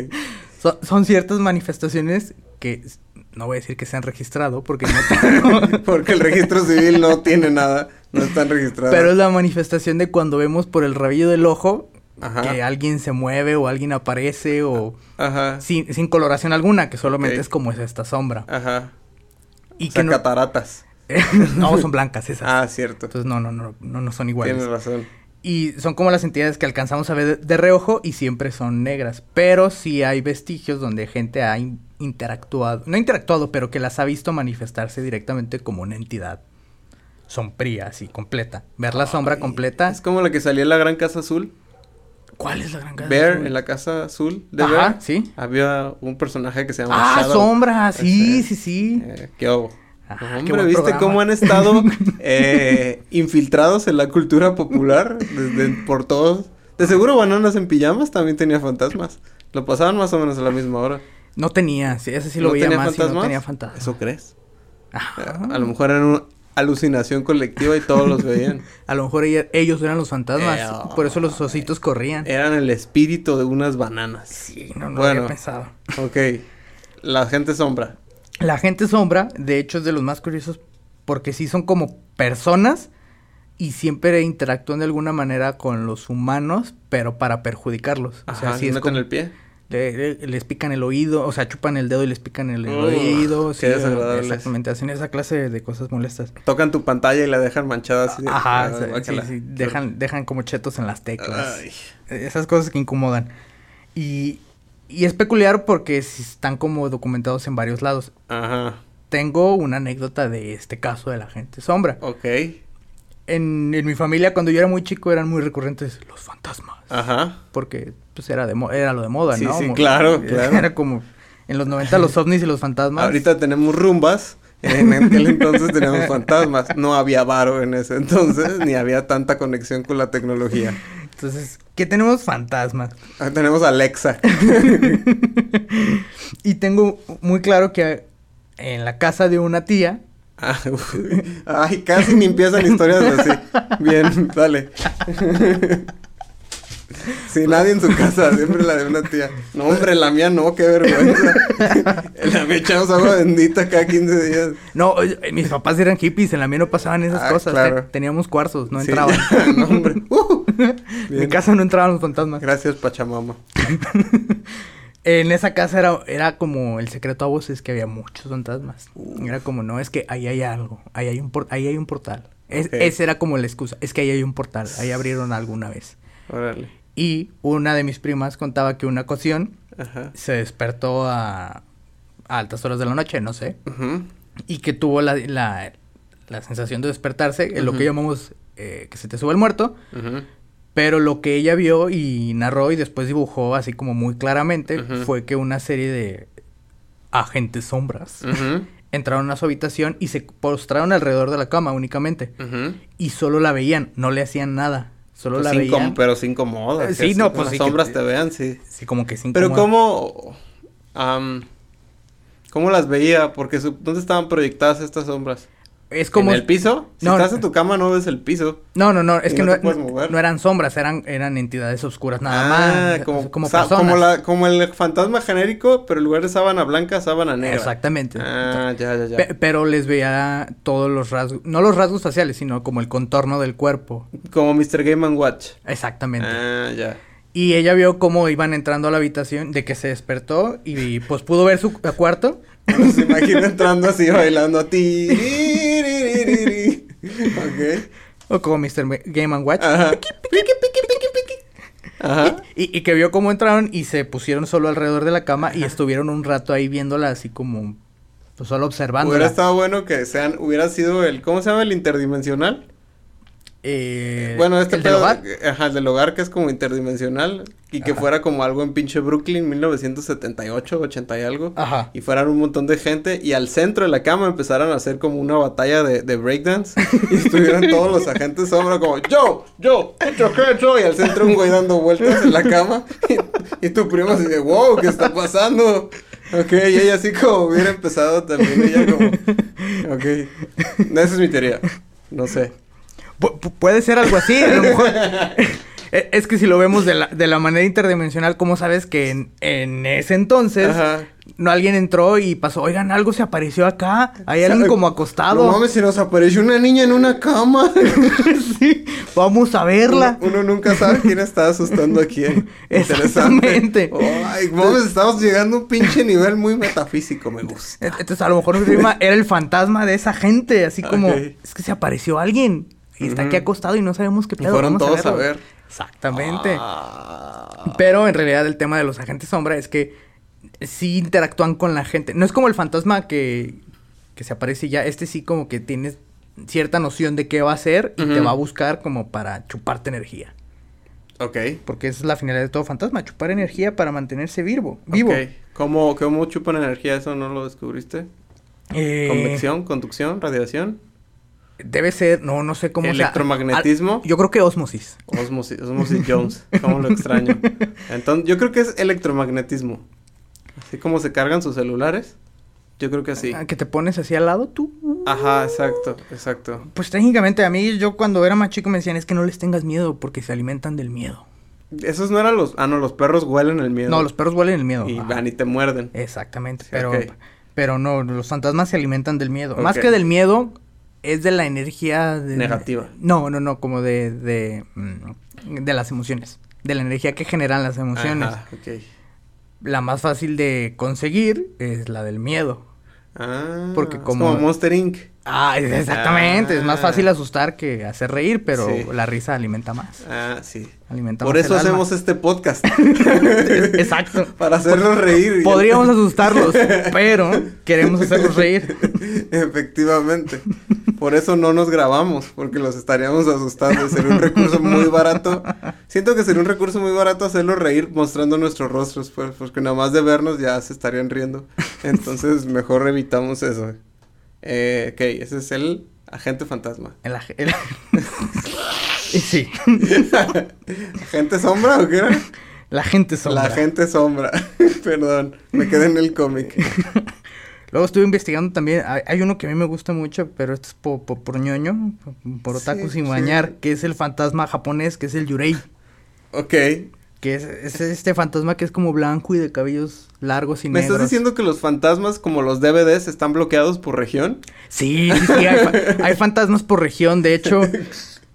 [SPEAKER 2] So- son ciertas manifestaciones que s- no voy a decir que se han registrado porque no tengo-
[SPEAKER 1] Porque el registro civil no tiene nada. No están registrados.
[SPEAKER 2] pero es la manifestación de cuando vemos por el rabillo del ojo
[SPEAKER 1] Ajá.
[SPEAKER 2] que alguien se mueve o alguien aparece o
[SPEAKER 1] Ajá.
[SPEAKER 2] sin, sin coloración alguna, que solamente
[SPEAKER 1] Ok.
[SPEAKER 2] es como es esta sombra.
[SPEAKER 1] Ajá.
[SPEAKER 2] Y
[SPEAKER 1] O sea,
[SPEAKER 2] que no,
[SPEAKER 1] cataratas.
[SPEAKER 2] no son blancas esas.
[SPEAKER 1] Ah, cierto.
[SPEAKER 2] Entonces no, no, no, no, no son iguales.
[SPEAKER 1] Tienes razón.
[SPEAKER 2] Y son como las entidades que alcanzamos a ver de, de reojo y siempre son negras. Pero sí hay vestigios donde gente ha in- interactuado, no interactuado, pero que las ha visto manifestarse directamente como una entidad sombría, así, completa. Ver la sombra completa.
[SPEAKER 1] Es como la que salía en la gran casa azul.
[SPEAKER 2] ¿Cuál es la gran casa?
[SPEAKER 1] Bear,
[SPEAKER 2] azul?
[SPEAKER 1] en la casa azul de
[SPEAKER 2] Ajá,
[SPEAKER 1] Bear.
[SPEAKER 2] sí.
[SPEAKER 1] Había un personaje que se llama
[SPEAKER 2] Ah,
[SPEAKER 1] Shadow.
[SPEAKER 2] sombra, sí,
[SPEAKER 1] Ese.
[SPEAKER 2] sí, sí.
[SPEAKER 1] Eh, ¿Qué hago?
[SPEAKER 2] Ah,
[SPEAKER 1] No,
[SPEAKER 2] qué
[SPEAKER 1] hombre,
[SPEAKER 2] buen
[SPEAKER 1] ¿viste
[SPEAKER 2] programa.
[SPEAKER 1] cómo han estado eh, infiltrados en la cultura popular desde, por todos? De seguro Bananas en Pijamas también tenía fantasmas. Lo pasaban más o menos a la misma hora.
[SPEAKER 2] No tenía, sí, ese sí lo veía más y no tenía fantasmas. Ah.
[SPEAKER 1] ¿Eso crees? Eh,
[SPEAKER 2] Ajá.
[SPEAKER 1] A lo mejor era una alucinación colectiva y todos los veían.
[SPEAKER 2] A lo mejor ella- ellos eran los fantasmas,
[SPEAKER 1] Eh,
[SPEAKER 2] por eso los ositos corrían.
[SPEAKER 1] Eran el espíritu de unas bananas.
[SPEAKER 2] sí, no, no
[SPEAKER 1] bueno.
[SPEAKER 2] había pensado.
[SPEAKER 1] Ok. La gente sombra.
[SPEAKER 2] La gente sombra, de hecho, es de los más curiosos porque sí son como personas y siempre interactúan de alguna manera con los humanos, pero para perjudicarlos.
[SPEAKER 1] Ajá,
[SPEAKER 2] o sea, sí
[SPEAKER 1] ¿les
[SPEAKER 2] es
[SPEAKER 1] meten
[SPEAKER 2] como-
[SPEAKER 1] el pie.
[SPEAKER 2] le- le- les pican el oído, o sea, chupan el dedo y les pican el
[SPEAKER 1] Ugh,
[SPEAKER 2] oído.
[SPEAKER 1] qué
[SPEAKER 2] sí, o-
[SPEAKER 1] desagradables.
[SPEAKER 2] Exactamente, hacen esa clase de- de cosas molestas.
[SPEAKER 1] Tocan tu pantalla y la dejan manchada así. de-
[SPEAKER 2] Ajá,
[SPEAKER 1] Ah,
[SPEAKER 2] o sea, sí,
[SPEAKER 1] guácala.
[SPEAKER 2] sí, dejan, dejan como chetos en las teclas.
[SPEAKER 1] Ay.
[SPEAKER 2] Esas cosas que incomodan. Y, y es peculiar porque sí están como documentados en varios lados.
[SPEAKER 1] Ajá.
[SPEAKER 2] tengo una anécdota de este caso de la gente sombra.
[SPEAKER 1] Ok.
[SPEAKER 2] En, en mi familia, cuando yo era muy chico, eran muy recurrentes los fantasmas.
[SPEAKER 1] Ajá.
[SPEAKER 2] Porque, pues, era, de mo- era lo de moda,
[SPEAKER 1] Sí,
[SPEAKER 2] ¿no?
[SPEAKER 1] sí,
[SPEAKER 2] Mo-
[SPEAKER 1] claro,
[SPEAKER 2] era
[SPEAKER 1] claro.
[SPEAKER 2] como... En los 90 los ovnis y los fantasmas.
[SPEAKER 1] Ahorita tenemos rumbas. En aquel entonces teníamos fantasmas. No había varo en ese entonces, ni había tanta conexión con la tecnología.
[SPEAKER 2] Entonces, ¿qué tenemos? Fantasmas.
[SPEAKER 1] Ah, Tenemos Alexa.
[SPEAKER 2] Y tengo muy claro que en la casa de una tía,
[SPEAKER 1] Ah, uy. Ay, casi ni empiezan historias así. Bien, dale. Sí, nadie en su casa, siempre la de una tía. No, hombre, la mía no, qué vergüenza. La mía echamos agua bendita cada 15 días.
[SPEAKER 2] no, oye, mis papás eran hippies, en la mía no pasaban esas
[SPEAKER 1] Ah,
[SPEAKER 2] cosas.
[SPEAKER 1] claro.
[SPEAKER 2] te- Teníamos cuarzos, no
[SPEAKER 1] Sí,
[SPEAKER 2] entraban.
[SPEAKER 1] ya, no, hombre. Uh,
[SPEAKER 2] en mi
[SPEAKER 1] bien.
[SPEAKER 2] casa no entraban los fantasmas.
[SPEAKER 1] Gracias, Pachamama.
[SPEAKER 2] En esa casa era, era como el secreto a voces que había muchos fantasmas. Era como, no, es que ahí hay algo, ahí hay un, por- ahí hay un portal. Es,
[SPEAKER 1] Ok.
[SPEAKER 2] Esa era como la excusa, es que ahí hay un portal, ahí abrieron alguna vez.
[SPEAKER 1] Órale.
[SPEAKER 2] Y una de mis primas contaba que una ocasión
[SPEAKER 1] Ajá.
[SPEAKER 2] se despertó a, a altas horas de la noche, no sé,
[SPEAKER 1] Ujú.
[SPEAKER 2] y que tuvo la, la- la sensación de despertarse, en lo
[SPEAKER 1] Ujú.
[SPEAKER 2] que llamamos eh, que se te sube el muerto,
[SPEAKER 1] Ujú.
[SPEAKER 2] pero lo que ella vio y narró y después dibujó así como muy claramente
[SPEAKER 1] Ujú.
[SPEAKER 2] fue que una serie de agentes sombras
[SPEAKER 1] Ujú.
[SPEAKER 2] entraron a su habitación y se postraron alrededor de la cama únicamente
[SPEAKER 1] Ujú.
[SPEAKER 2] y solo la veían, no le hacían nada, solo
[SPEAKER 1] Pues
[SPEAKER 2] la
[SPEAKER 1] se incom-
[SPEAKER 2] veían.
[SPEAKER 1] pero se incomoda.
[SPEAKER 2] Eh,
[SPEAKER 1] que
[SPEAKER 2] sí,
[SPEAKER 1] así
[SPEAKER 2] no,
[SPEAKER 1] que
[SPEAKER 2] pues
[SPEAKER 1] las
[SPEAKER 2] sí que-
[SPEAKER 1] sombras te vean, sí.
[SPEAKER 2] Sí, como que se
[SPEAKER 1] Pero
[SPEAKER 2] incomoda.
[SPEAKER 1] cómo, am, cómo las veía, porque su- ¿dónde estaban proyectadas estas sombras?
[SPEAKER 2] es como
[SPEAKER 1] ¿En el piso? Si
[SPEAKER 2] No,
[SPEAKER 1] estás
[SPEAKER 2] no.
[SPEAKER 1] en tu cama no ves el piso.
[SPEAKER 2] No, no, no, es
[SPEAKER 1] Y
[SPEAKER 2] que
[SPEAKER 1] no
[SPEAKER 2] no,
[SPEAKER 1] te puedes
[SPEAKER 2] no-
[SPEAKER 1] mover.
[SPEAKER 2] no eran sombras, eran eran entidades oscuras nada
[SPEAKER 1] Ah,
[SPEAKER 2] más,
[SPEAKER 1] como,
[SPEAKER 2] como
[SPEAKER 1] sa-
[SPEAKER 2] personas.
[SPEAKER 1] como la- como el fantasma genérico, pero en lugar de sábana blanca, sábana negra.
[SPEAKER 2] Exactamente.
[SPEAKER 1] Ah, ya, ya, ya.
[SPEAKER 2] Pe- pero les veía todos los rasgos, no los rasgos faciales, sino como el contorno del cuerpo.
[SPEAKER 1] Como Mr. Game and Watch.
[SPEAKER 2] Exactamente.
[SPEAKER 1] Ah, ya.
[SPEAKER 2] Y ella vio cómo iban entrando a la habitación, de que se despertó y, pues pudo ver su cu- cuarto.
[SPEAKER 1] Me los imagino entrando así bailando a ti. ok.
[SPEAKER 2] O como Mr. Me- Game and Watch.
[SPEAKER 1] Ajá. Ajá.
[SPEAKER 2] Y, y que vio cómo entraron y se pusieron solo alrededor de la cama y estuvieron un rato ahí viéndola así como pues,
[SPEAKER 1] Hubiera
[SPEAKER 2] solo observándola.
[SPEAKER 1] estado bueno que sean, hubiera sido el, ¿cómo se llama? El interdimensional.
[SPEAKER 2] Eh,
[SPEAKER 1] Bueno, este
[SPEAKER 2] el del
[SPEAKER 1] pedo-
[SPEAKER 2] hogar.
[SPEAKER 1] ajá, el del hogar que es como interdimensional y que
[SPEAKER 2] Ajá.
[SPEAKER 1] fuera como algo en pinche Brooklyn 1978, 80 y algo.
[SPEAKER 2] Ajá.
[SPEAKER 1] Y fueran un montón de gente y al centro de la cama empezaran a hacer como una batalla de, de breakdance y estuvieran todos los agentes sombra como yo, yo, yo, yo, yo", y al centro un güey dando vueltas en la cama y, y tu prima así de wow, ¿qué está pasando? Ok, y ella así como hubiera empezado también, ella como, ok, esa es mi teoría, no sé.
[SPEAKER 2] Pu- pu- puede ser algo así, a lo mejor. E- es que si lo vemos de la, de la manera interdimensional, ¿cómo sabes que en, en ese entonces
[SPEAKER 1] Ajá.
[SPEAKER 2] no alguien entró y pasó, oigan, algo se apareció acá? Hay alguien
[SPEAKER 1] Sabe-
[SPEAKER 2] como acostado.
[SPEAKER 1] eh, No mames, se nos apareció una niña en una cama.
[SPEAKER 2] Sí, vamos a verla.
[SPEAKER 1] Uno, uno nunca sabe quién está asustando a quién. Interesante.
[SPEAKER 2] Exactamente.
[SPEAKER 1] Ay, mames, estamos llegando a un pinche nivel muy metafísico, me gusta.
[SPEAKER 2] E- Entonces, a lo mejor mi prima era el fantasma de esa gente, así como,
[SPEAKER 1] Ok.
[SPEAKER 2] es que se apareció alguien y está aquí
[SPEAKER 1] Ujú.
[SPEAKER 2] acostado y no sabemos qué
[SPEAKER 1] Y
[SPEAKER 2] pedo.
[SPEAKER 1] fueron
[SPEAKER 2] vamos
[SPEAKER 1] todos a
[SPEAKER 2] verlo".
[SPEAKER 1] ver.
[SPEAKER 2] Exactamente.
[SPEAKER 1] Ah.
[SPEAKER 2] Pero en realidad el tema de los agentes sombra es que sí interactúan con la gente. No es como el fantasma que, que se aparece y ya. Este sí como que tienes cierta noción de qué va a hacer y te
[SPEAKER 1] Ujú.
[SPEAKER 2] va a buscar como para chuparte energía.
[SPEAKER 1] Ok.
[SPEAKER 2] Porque esa es la finalidad de todo fantasma, chupar energía para mantenerse vivo. vivo.
[SPEAKER 1] ok. ¿Cómo, ¿Cómo chupan energía? ¿Eso no lo descubriste?
[SPEAKER 2] Eh,
[SPEAKER 1] ¿Convección? ¿Conducción? ¿Radiación?
[SPEAKER 2] Debe ser, no, no sé cómo sea.
[SPEAKER 1] ¿Electromagnetismo?
[SPEAKER 2] Al- yo creo que osmosis.
[SPEAKER 1] Osmosis, Osmosis Jones, cómo lo extraño. Entonces, yo creo que es electromagnetismo. Así como se cargan sus celulares, yo creo que sí. Ah.
[SPEAKER 2] Ah, Que te pones así al lado tú.
[SPEAKER 1] Ajá, exacto, exacto.
[SPEAKER 2] Pues técnicamente a mí, yo cuando era más chico me decían es que no les tengas miedo porque se alimentan del miedo.
[SPEAKER 1] Esos no eran los... Ah, no, los perros huelen el miedo.
[SPEAKER 2] No, los perros huelen el miedo.
[SPEAKER 1] Y
[SPEAKER 2] Oh, Ajá. Eh,
[SPEAKER 1] van y te muerden.
[SPEAKER 2] Exactamente,
[SPEAKER 1] Sí,
[SPEAKER 2] pero,
[SPEAKER 1] ok.
[SPEAKER 2] pero no, los fantasmas se alimentan del miedo. Más
[SPEAKER 1] Ok.
[SPEAKER 2] que del miedo, es de la energía... de-
[SPEAKER 1] Negativa.
[SPEAKER 2] No, no, no, como de, de, mm, de las emociones, de la energía que generan las emociones.
[SPEAKER 1] Ajá, ok.
[SPEAKER 2] La más fácil de conseguir es la del miedo.
[SPEAKER 1] Ah,
[SPEAKER 2] Porque
[SPEAKER 1] es
[SPEAKER 2] como-
[SPEAKER 1] como Monster Inc.
[SPEAKER 2] Ah, es- exactamente. Es más
[SPEAKER 1] Ah.
[SPEAKER 2] fácil asustar que hacer reír, pero
[SPEAKER 1] Sí.
[SPEAKER 2] la risa alimenta más.
[SPEAKER 1] Ah, sí.
[SPEAKER 2] Alimenta
[SPEAKER 1] Por
[SPEAKER 2] más
[SPEAKER 1] eso
[SPEAKER 2] el alma.
[SPEAKER 1] hacemos este podcast.
[SPEAKER 2] Exacto.
[SPEAKER 1] Para hacerlos reír.
[SPEAKER 2] Podríamos asustarlos, pero queremos hacerlos reír.
[SPEAKER 1] Efectivamente. Por eso no nos grabamos, porque los estaríamos asustando. Sería un recurso muy barato. Siento que sería un recurso muy barato hacerlos reír mostrando nuestros rostros, pues, porque nada más de vernos ya se estarían riendo. Entonces, mejor evitamos eso. Eh, ok, ese es el agente fantasma.
[SPEAKER 2] El aj- el- Y sí,
[SPEAKER 1] ¿Agente sombra o qué era?
[SPEAKER 2] la gente sombra.
[SPEAKER 1] La gente sombra. Perdón, me quedé en el cómic.
[SPEAKER 2] Luego estuve investigando también, hay, hay uno que a mí me gusta mucho, pero esto es po- po- por ñoño, por, por otaku
[SPEAKER 1] Sí,
[SPEAKER 2] sin
[SPEAKER 1] sí.
[SPEAKER 2] bañar, que es el fantasma japonés, que es el yurei.
[SPEAKER 1] Ok.
[SPEAKER 2] Que es, es este fantasma que es como blanco y de cabellos largos y
[SPEAKER 1] ¿Me
[SPEAKER 2] negros.
[SPEAKER 1] estás diciendo que los fantasmas, como los DVDs, están bloqueados por región?
[SPEAKER 2] Sí, sí, sí, hay, fa- hay fantasmas por región, de hecho.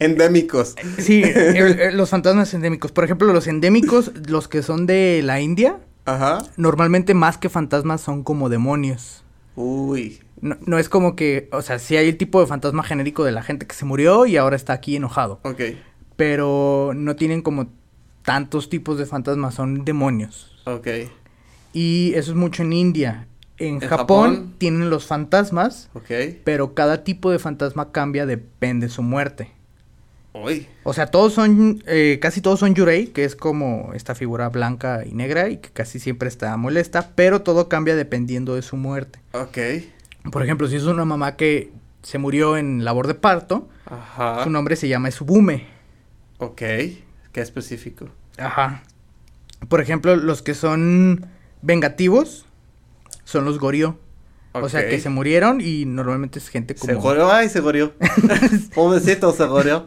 [SPEAKER 1] Endémicos.
[SPEAKER 2] Sí, el- el- los fantasmas endémicos. Por ejemplo, los endémicos, los que son de la India,
[SPEAKER 1] Ajá.
[SPEAKER 2] normalmente más que fantasmas son como demonios.
[SPEAKER 1] Uy.
[SPEAKER 2] No, no es como que, o sea, sí hay el tipo de fantasma genérico de la gente que se murió y ahora está aquí enojado.
[SPEAKER 1] Ok.
[SPEAKER 2] Pero no tienen como tantos tipos de fantasmas, son demonios.
[SPEAKER 1] Ok.
[SPEAKER 2] Y eso es mucho en India. En,
[SPEAKER 1] ¿En
[SPEAKER 2] Japón,
[SPEAKER 1] Japón?
[SPEAKER 2] tienen los fantasmas,
[SPEAKER 1] Ok.
[SPEAKER 2] pero cada tipo de fantasma cambia, depende de su muerte.
[SPEAKER 1] Uy.
[SPEAKER 2] O sea, todos son, eh, casi todos son Yurei, que es como esta figura blanca y negra y que casi siempre está molesta, pero todo cambia dependiendo de su muerte.
[SPEAKER 1] Ok.
[SPEAKER 2] Por ejemplo, si es una mamá que se murió en labor de parto,
[SPEAKER 1] Ajá.
[SPEAKER 2] su nombre se llama Subume.
[SPEAKER 1] Ok. Qué específico.
[SPEAKER 2] Ajá. Por ejemplo, los que son vengativos son los Goryeo. O sea,
[SPEAKER 1] Ok.
[SPEAKER 2] que se murieron y normalmente es gente como...
[SPEAKER 1] Se goreó. Ay, se goreó. Pobrecito, se goreó.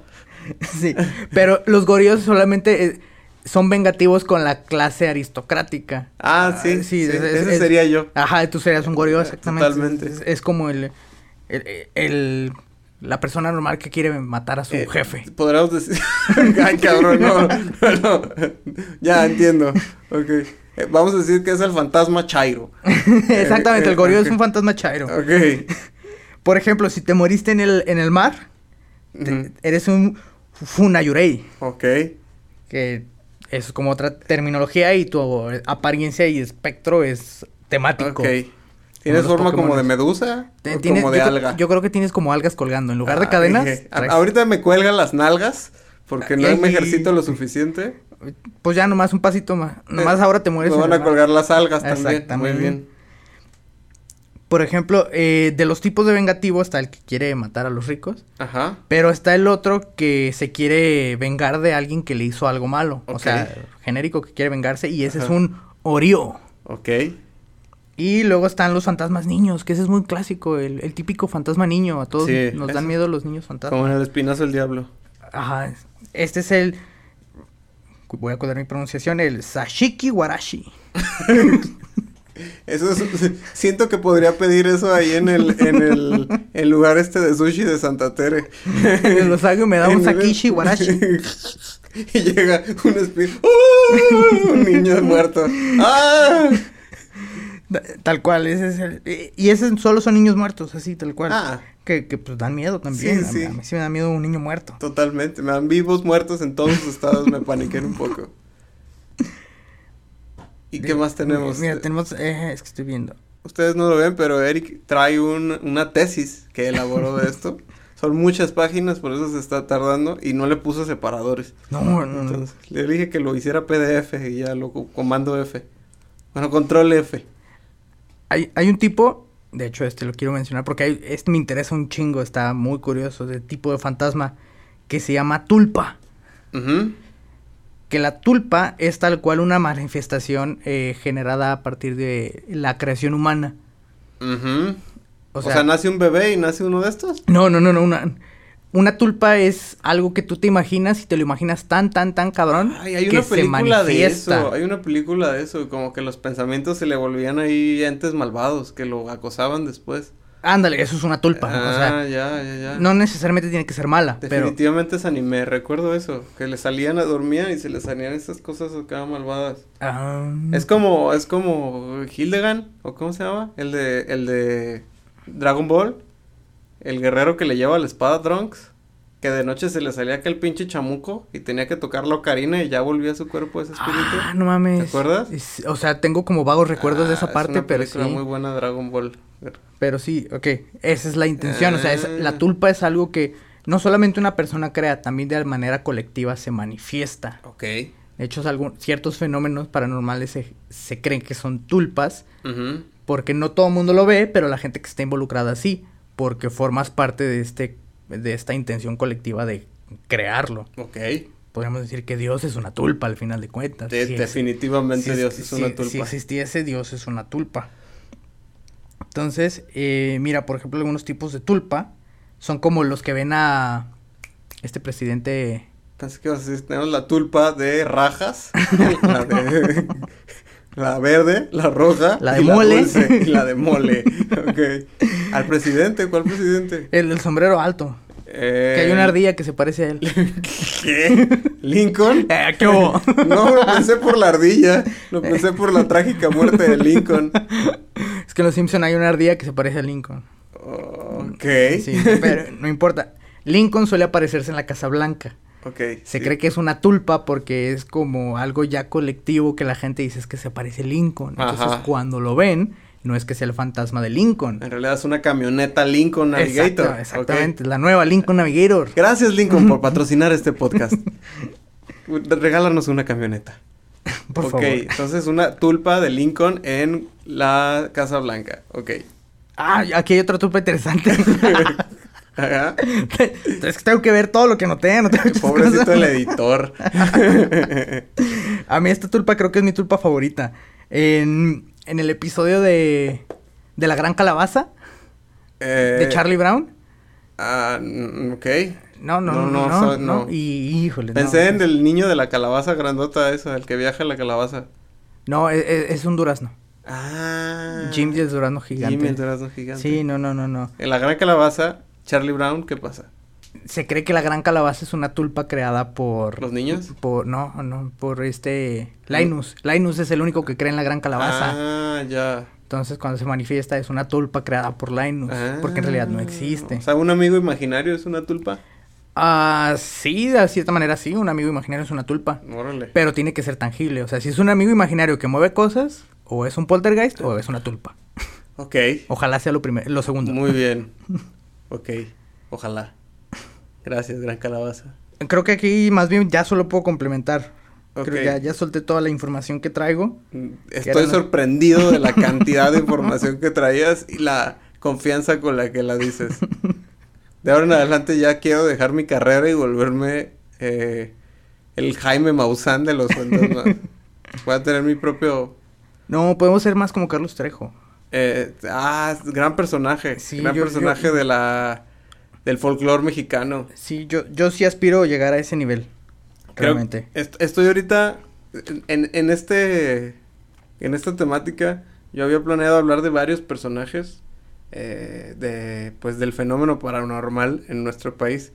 [SPEAKER 2] Sí, pero los gorios solamente eh, son vengativos con la clase aristocrática.
[SPEAKER 1] Ah, sí.
[SPEAKER 2] sí,
[SPEAKER 1] Sí,
[SPEAKER 2] es- es-
[SPEAKER 1] ese
[SPEAKER 2] es-
[SPEAKER 1] sería yo.
[SPEAKER 2] Ajá, tú serías un gorio, exactamente.
[SPEAKER 1] Totalmente.
[SPEAKER 2] Es, es como el, el, el- la persona normal que quiere matar a su
[SPEAKER 1] Eh,
[SPEAKER 2] jefe.
[SPEAKER 1] Podríamos decir. Ay, cabrón, no, no, no. Ya entiendo. Ok. Eh, vamos a decir que es el fantasma Chairo.
[SPEAKER 2] exactamente,
[SPEAKER 1] eh,
[SPEAKER 2] el gorio es
[SPEAKER 1] ok.
[SPEAKER 2] un fantasma chairo.
[SPEAKER 1] Ok.
[SPEAKER 2] Por ejemplo, si te moriste en el, en el mar, te-
[SPEAKER 1] Ujú.
[SPEAKER 2] eres un funayurei,
[SPEAKER 1] Ok.
[SPEAKER 2] que es como otra terminología y tu apariencia y espectro es temático.
[SPEAKER 1] Ok. ¿Tienes
[SPEAKER 2] los
[SPEAKER 1] forma como de
[SPEAKER 2] Pokémones.
[SPEAKER 1] medusa?
[SPEAKER 2] Te-
[SPEAKER 1] o
[SPEAKER 2] tienes-
[SPEAKER 1] como de
[SPEAKER 2] yo, creo-
[SPEAKER 1] alga.
[SPEAKER 2] yo creo que tienes como algas colgando. En lugar de
[SPEAKER 1] Ah,
[SPEAKER 2] cadenas,
[SPEAKER 1] dije, a-
[SPEAKER 2] traes- Ah,
[SPEAKER 1] ahorita me cuelgan las nalgas porque no
[SPEAKER 2] Ay.
[SPEAKER 1] me ejercito lo suficiente.
[SPEAKER 2] pues ya nomás un pasito más. Nomás
[SPEAKER 1] Eh,
[SPEAKER 2] ahora te mueres.
[SPEAKER 1] Me
[SPEAKER 2] en
[SPEAKER 1] van
[SPEAKER 2] el
[SPEAKER 1] a
[SPEAKER 2] mar.
[SPEAKER 1] colgar las algas también. Muy
[SPEAKER 2] Exactamente.
[SPEAKER 1] bien.
[SPEAKER 2] Por ejemplo, eh, de los tipos de vengativo está el que quiere matar a los ricos.
[SPEAKER 1] Ajá.
[SPEAKER 2] Pero está el otro que se quiere vengar de alguien que le hizo algo malo. O
[SPEAKER 1] Ok.
[SPEAKER 2] sea, genérico que quiere vengarse. Y ese es
[SPEAKER 1] Ajá.
[SPEAKER 2] un orío.
[SPEAKER 1] Ok.
[SPEAKER 2] Y luego están los fantasmas niños, que ese es muy clásico, el, el típico fantasma niño. A todos
[SPEAKER 1] Sí,
[SPEAKER 2] nos
[SPEAKER 1] ese-
[SPEAKER 2] dan miedo los niños fantasmas.
[SPEAKER 1] Como en el espinazo del diablo.
[SPEAKER 2] Ajá. Este es el. Voy a cuidar mi pronunciación. El Sashiki Warashi.
[SPEAKER 1] Eso es- siento que podría pedir eso ahí en el, en el, el lugar este de sushi de Santa Tere.
[SPEAKER 2] En Los hago y me da un
[SPEAKER 1] En-
[SPEAKER 2] Sakishi Warashi.
[SPEAKER 1] y llega un espíritu. ¡Uh! Un niño muerto. ¡Ah!
[SPEAKER 2] Ta- Tal cual, ese es el. y- Y ese solo son niños muertos, así, tal cual.
[SPEAKER 1] Ah.
[SPEAKER 2] Que, que pues dan miedo
[SPEAKER 1] Sí,
[SPEAKER 2] también. a,
[SPEAKER 1] sí.
[SPEAKER 2] a mí sí me da miedo un niño muerto.
[SPEAKER 1] Totalmente. Me dan vivos, muertos en todos los estados. Me paniqué un poco. ¿Y qué más tenemos?
[SPEAKER 2] Mira, tenemos. eh, es que estoy viendo.
[SPEAKER 1] Ustedes no lo ven, pero Eric trae un- una tesis que elaboró de esto. Son muchas páginas, por eso se está tardando y no le puso separadores.
[SPEAKER 2] No, no, no.
[SPEAKER 1] Entonces, le dije que lo hiciera PDF y ya lo co- comando F. Bueno, control F.
[SPEAKER 2] Hay, hay un tipo, de hecho este lo quiero mencionar porque hay- este me interesa un chingo, está muy curioso, de tipo de fantasma que se llama tulpa.
[SPEAKER 1] Ujú.
[SPEAKER 2] Que la tulpa es tal cual una manifestación eh, generada a partir de la creación humana.
[SPEAKER 1] Ujú.
[SPEAKER 2] O
[SPEAKER 1] O sea,
[SPEAKER 2] sea,
[SPEAKER 1] nace un bebé y nace uno de estos.
[SPEAKER 2] no, no, no, no, una, una tulpa es algo que tú te imaginas y te lo imaginas tan, tan, tan cabrón
[SPEAKER 1] Ay, hay
[SPEAKER 2] que
[SPEAKER 1] una
[SPEAKER 2] se
[SPEAKER 1] película de
[SPEAKER 2] manifiesta.
[SPEAKER 1] eso. Hay una película de eso. Como que los pensamientos se le volvían ahí entes malvados que lo acosaban después.
[SPEAKER 2] Ándale, eso es una tulpa. o
[SPEAKER 1] ah,
[SPEAKER 2] sea,
[SPEAKER 1] ya, ya, ya.
[SPEAKER 2] no necesariamente tiene que ser mala, pero
[SPEAKER 1] Definitivamente es anime, recuerdo eso, que le salían a dormir y se le salían esas cosas acá malvadas.
[SPEAKER 2] ah,
[SPEAKER 1] Es como, es como Hildegard, o cómo se llama, el de, el de Dragon Ball, el guerrero que le lleva la espada a Trunks, que de noche se le salía aquel pinche chamuco y tenía que tocarlo ocarina y ya volvía a su cuerpo ese espíritu.
[SPEAKER 2] Ah, no mames.
[SPEAKER 1] ¿Te acuerdas?
[SPEAKER 2] Es- o sea, tengo como vagos recuerdos de
[SPEAKER 1] Ah,
[SPEAKER 2] esa parte,
[SPEAKER 1] es una
[SPEAKER 2] pero sí.
[SPEAKER 1] película muy buena Dragon Ball.
[SPEAKER 2] Pero sí, ok. Esa es la intención. O sea, es-
[SPEAKER 1] Ah.
[SPEAKER 2] la tulpa es algo que no solamente una persona crea, también de manera colectiva se manifiesta.
[SPEAKER 1] Ok.
[SPEAKER 2] De hecho, algún- ciertos fenómenos paranormales se, se creen que son tulpas
[SPEAKER 1] Ujú.
[SPEAKER 2] porque no todo el mundo lo ve, pero la gente que está involucrada sí, porque formas parte de este de esta intención colectiva de crearlo.
[SPEAKER 1] Ok.
[SPEAKER 2] Podríamos decir que Dios es una tulpa al final de cuentas.
[SPEAKER 1] De-
[SPEAKER 2] Sí, es-
[SPEAKER 1] definitivamente
[SPEAKER 2] si
[SPEAKER 1] Dios
[SPEAKER 2] es-
[SPEAKER 1] es, una
[SPEAKER 2] si-
[SPEAKER 1] tulpa.
[SPEAKER 2] Si existiese Dios es una tulpa. Entonces, eh, mira, por ejemplo, algunos tipos de tulpa son como los que ven a este presidente.
[SPEAKER 1] Pensé que ibas a decir, tenemos la tulpa de rajas, la de... La verde, la roja.
[SPEAKER 2] La de
[SPEAKER 1] y
[SPEAKER 2] mole.
[SPEAKER 1] dulce, y la de mole. Ok. Al presidente, ¿cuál presidente?
[SPEAKER 2] El, el sombrero alto.
[SPEAKER 1] Eh,
[SPEAKER 2] Que hay una ardilla que se parece a él.
[SPEAKER 1] ¿Qué? ¿Lincoln?
[SPEAKER 2] Eh, ¿Qué hubo?
[SPEAKER 1] No, lo pensé por la ardilla. Lo pensé por la trágica muerte de Lincoln.
[SPEAKER 2] es que en los Simpson hay una ardilla que se parece a Lincoln.
[SPEAKER 1] Ok.
[SPEAKER 2] Sí, pero no importa. Lincoln suele aparecerse en la Casa Blanca.
[SPEAKER 1] Ok.
[SPEAKER 2] Se
[SPEAKER 1] sí.
[SPEAKER 2] cree que es una tulpa porque es como algo ya colectivo que la gente dice es que se parece a Lincoln. Entonces
[SPEAKER 1] Ajá.
[SPEAKER 2] cuando lo ven, no es que sea el fantasma de Lincoln.
[SPEAKER 1] En realidad es una camioneta Lincoln Navigator.
[SPEAKER 2] Exacto,
[SPEAKER 1] ok.
[SPEAKER 2] exactamente, la nueva Lincoln Navigator.
[SPEAKER 1] Gracias, Lincoln, por patrocinar este podcast. Regálanos una camioneta.
[SPEAKER 2] Por
[SPEAKER 1] ok,
[SPEAKER 2] favor.
[SPEAKER 1] entonces una tulpa de Lincoln en la Casa Blanca. Ok.
[SPEAKER 2] Ah, aquí hay otra tulpa interesante.
[SPEAKER 1] Ajá.
[SPEAKER 2] es que tengo que ver todo lo que noté, anoté muchas
[SPEAKER 1] Pobrecito
[SPEAKER 2] cosas.
[SPEAKER 1] el editor.
[SPEAKER 2] A mí esta tulpa creo que es mi tulpa favorita. En, en el episodio de, de La Gran Calabaza,
[SPEAKER 1] Eh,
[SPEAKER 2] de Charlie Brown.
[SPEAKER 1] Ah, mm, ok.
[SPEAKER 2] No, no, no, no, no,
[SPEAKER 1] soy- no.
[SPEAKER 2] Y híjole. no. pues,
[SPEAKER 1] Pensé en el niño de la calabaza grandota esa, el que viaja en la calabaza.
[SPEAKER 2] No, e- e- es, un durazno.
[SPEAKER 1] Ah.
[SPEAKER 2] Jim y el durazno gigante.
[SPEAKER 1] Jimmy el durazno gigante.
[SPEAKER 2] Sí, no, no, no, no.
[SPEAKER 1] En la gran calabaza, Charlie Brown, ¿qué pasa?
[SPEAKER 2] Se cree que la gran calabaza es una tulpa creada por...
[SPEAKER 1] ¿Los niños?
[SPEAKER 2] Por, no, no, por este... Linus. Linus es el único que cree en la gran calabaza.
[SPEAKER 1] Ah, ya.
[SPEAKER 2] Entonces, cuando se manifiesta es una tulpa creada por Linus. Porque en realidad no
[SPEAKER 1] Ah.
[SPEAKER 2] existe.
[SPEAKER 1] O sea, un amigo imaginario es una tulpa.
[SPEAKER 2] Ah, sí, de cierta manera sí, un amigo imaginario es una tulpa.
[SPEAKER 1] Órale.
[SPEAKER 2] Pero tiene que ser tangible. O sea, si es un amigo imaginario que mueve cosas, o es un poltergeist o es una tulpa.
[SPEAKER 1] Ok.
[SPEAKER 2] Ojalá sea lo primero, lo segundo.
[SPEAKER 1] Muy bien. Ok. Ojalá. Gracias, gran calabaza.
[SPEAKER 2] Creo que aquí más bien ya solo puedo complementar. Creo
[SPEAKER 1] Ok.
[SPEAKER 2] que ya, ya solté toda la información que traigo.
[SPEAKER 1] Mm,
[SPEAKER 2] era
[SPEAKER 1] Estoy
[SPEAKER 2] una-
[SPEAKER 1] sorprendido de la cantidad de información que traías y la confianza con la que la dices. De ahora en adelante ya quiero dejar mi carrera y volverme eh, el Jaime Maussan de los fantasmas. Voy a tener mi propio...
[SPEAKER 2] No, podemos ser más como Carlos Trejo.
[SPEAKER 1] eh, ah, gran personaje.
[SPEAKER 2] Sí,
[SPEAKER 1] gran
[SPEAKER 2] yo- yo-
[SPEAKER 1] personaje de la... del folclore mexicano.
[SPEAKER 2] Sí, yo, yo sí aspiro a llegar a ese nivel.
[SPEAKER 1] Creo-
[SPEAKER 2] Realmente.
[SPEAKER 1] est- estoy ahorita en, en este en esta temática yo había planeado hablar de varios personajes eh, de pues del fenómeno paranormal en nuestro país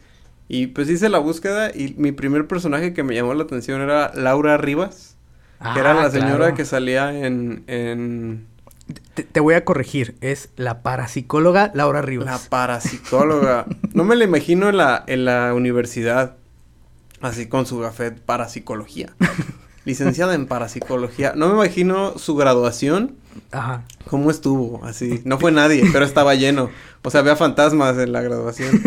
[SPEAKER 1] y pues hice la búsqueda y mi primer personaje que me llamó la atención era Laura Rivas que era
[SPEAKER 2] Ah,
[SPEAKER 1] la señora
[SPEAKER 2] claro.
[SPEAKER 1] que salía en, en
[SPEAKER 2] Te, te voy a corregir. Es la parapsicóloga Laura
[SPEAKER 1] la
[SPEAKER 2] Rivas.
[SPEAKER 1] parapsicóloga no me la imagino en la en la universidad así con su gafet parapsicología licenciada en parapsicología. No me imagino su graduación,
[SPEAKER 2] Ajá.
[SPEAKER 1] cómo estuvo, así. No fue nadie, pero estaba lleno. O sea, había fantasmas en la graduación.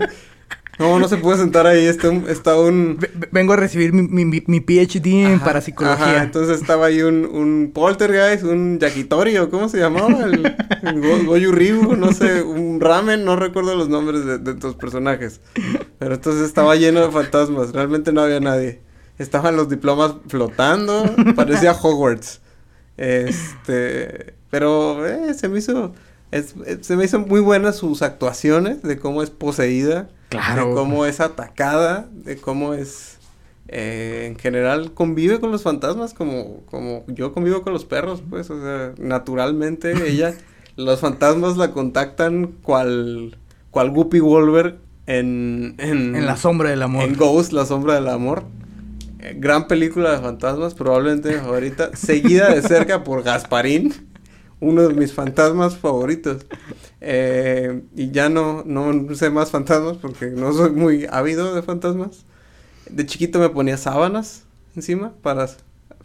[SPEAKER 1] no, no se puede sentar ahí, está un... Está un...
[SPEAKER 2] Ve- ve- vengo a recibir mi, mi- mi- mi PhD en
[SPEAKER 1] Ajá,
[SPEAKER 2] parapsicología.
[SPEAKER 1] ajá, entonces estaba ahí un, un poltergeist, un yakitori, o ¿cómo se llamaba? El, el go- goyu ribu, no sé, un ramen, no recuerdo los nombres de, de tus personajes. Pero entonces estaba lleno de fantasmas, realmente no había nadie. Estaban los diplomas flotando, parecía Hogwarts. Este, pero eh, se me hizo, es- eh, se me hizo muy buenas sus actuaciones de cómo es poseída,
[SPEAKER 2] Claro.
[SPEAKER 1] de cómo es atacada, de cómo es eh, en general convive con los fantasmas como, como yo convivo con los perros, pues, o sea, naturalmente ella, los fantasmas la contactan cual, cual Guppy Wolver en, en,
[SPEAKER 2] En la sombra del amor.
[SPEAKER 1] en Ghost, La Sombra del Amor. Eh, gran película de fantasmas, probablemente mi favorita, seguida de cerca por Gasparín, uno de mis fantasmas favoritos. Eh, y ya no, no sé más fantasmas porque no soy muy ávido de fantasmas. De chiquito me ponía sábanas encima para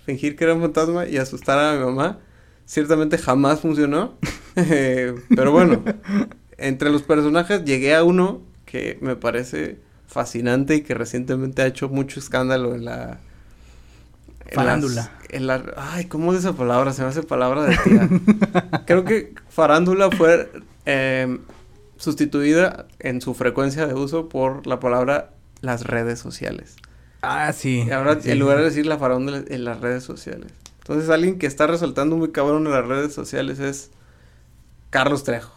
[SPEAKER 1] fingir que era un fantasma y asustar a mi mamá. Ciertamente jamás funcionó. eh, pero bueno, entre los personajes llegué a uno que me parece fascinante y que recientemente ha hecho mucho escándalo en la... en
[SPEAKER 2] Farándula.
[SPEAKER 1] las- en la- ay, ¿cómo es esa palabra? Se me hace palabra de tía. Creo que farándula fue eh, sustituida en su frecuencia de uso por la palabra las redes sociales.
[SPEAKER 2] Ah, sí.
[SPEAKER 1] Y ahora,
[SPEAKER 2] Sí.
[SPEAKER 1] en lugar de decir la farándula, en las redes sociales. Entonces, alguien que está resaltando muy cabrón en las redes sociales es Carlos Trejo.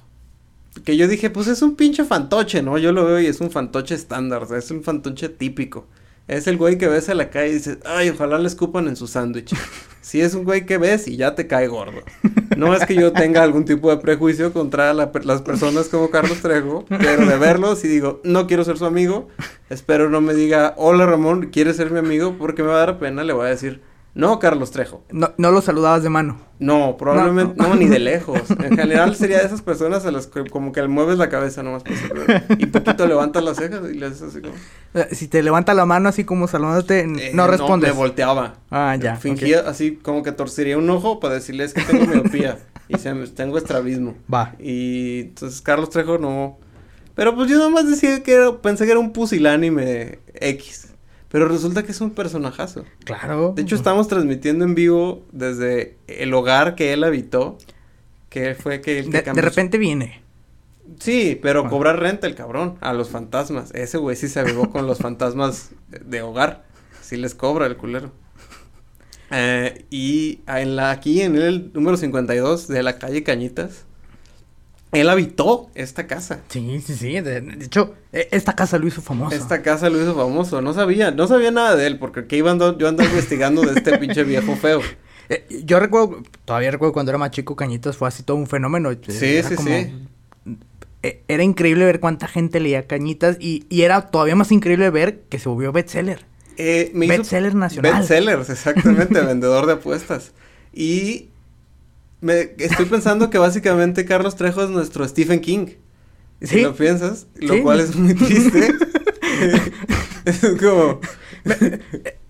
[SPEAKER 1] Que yo dije, pues es un pinche fantoche, ¿no? Yo lo veo y es un fantoche estándar, o sea, es un fantoche típico. Es el güey que ves a la calle y dices, ay, ojalá le escupan en su sándwich. Si es un güey que ves y ya te cae gordo. No es que yo tenga algún tipo de prejuicio contra la per- las personas como Carlos Trejo, pero de verlos y digo, no quiero ser su amigo, espero no me diga, hola Ramón, ¿quieres ser mi amigo? Porque me va a dar pena, le voy a decir, no, Carlos Trejo.
[SPEAKER 2] No, no lo saludabas de mano.
[SPEAKER 1] No, probablemente,
[SPEAKER 2] No,
[SPEAKER 1] no,
[SPEAKER 2] no.
[SPEAKER 1] ni de lejos. En general sería de esas personas a las que como que le mueves la cabeza nomás para saludar. Y poquito levantas las cejas y le haces así como...
[SPEAKER 2] Eh, Si te levanta la mano así como saludándote, n-
[SPEAKER 1] eh,
[SPEAKER 2] no respondes.
[SPEAKER 1] me volteaba.
[SPEAKER 2] ah, ya.
[SPEAKER 1] Fingía
[SPEAKER 2] ok.
[SPEAKER 1] así como que torcería un ojo para decirles que tengo miopía y se me- tengo estrabismo.
[SPEAKER 2] Va.
[SPEAKER 1] Y entonces Carlos Trejo no. Pero pues yo nomás decía que era, pensé que era un pusilánime X. Pero resulta que es un personajazo.
[SPEAKER 2] Claro.
[SPEAKER 1] De hecho, estamos transmitiendo en vivo desde el hogar que él habitó. Que fue que el que
[SPEAKER 2] De, de
[SPEAKER 1] cambió su-
[SPEAKER 2] repente viene.
[SPEAKER 1] Sí, pero
[SPEAKER 2] Ah.
[SPEAKER 1] cobrar renta el cabrón a los fantasmas. Ese güey sí se avivó con los fantasmas de hogar. Sí les cobra el culero. Eh, y en la, aquí en el número 52 de la calle Cañitas, él habitó esta casa.
[SPEAKER 2] Sí, sí, sí. De, de hecho, e- esta casa lo hizo famoso.
[SPEAKER 1] Esta casa lo hizo famoso. No sabía, no sabía nada de él porque que iba ando- yo andaba investigando de este pinche viejo feo.
[SPEAKER 2] Eh, yo recuerdo, todavía recuerdo cuando era más chico, Cañitas fue así todo un fenómeno.
[SPEAKER 1] Sí,
[SPEAKER 2] Era
[SPEAKER 1] sí,
[SPEAKER 2] como-
[SPEAKER 1] sí.
[SPEAKER 2] eh, Era increíble ver cuánta gente leía Cañitas y, y era todavía más increíble ver que se volvió bestseller.
[SPEAKER 1] Eh, me hizo-
[SPEAKER 2] Bestseller nacional.
[SPEAKER 1] Bestsellers, exactamente, vendedor de apuestas. Y me estoy pensando que básicamente Carlos Trejo es nuestro Stephen King. Si
[SPEAKER 2] Sí.
[SPEAKER 1] lo piensas, lo
[SPEAKER 2] Sí.
[SPEAKER 1] cual es muy triste. es como,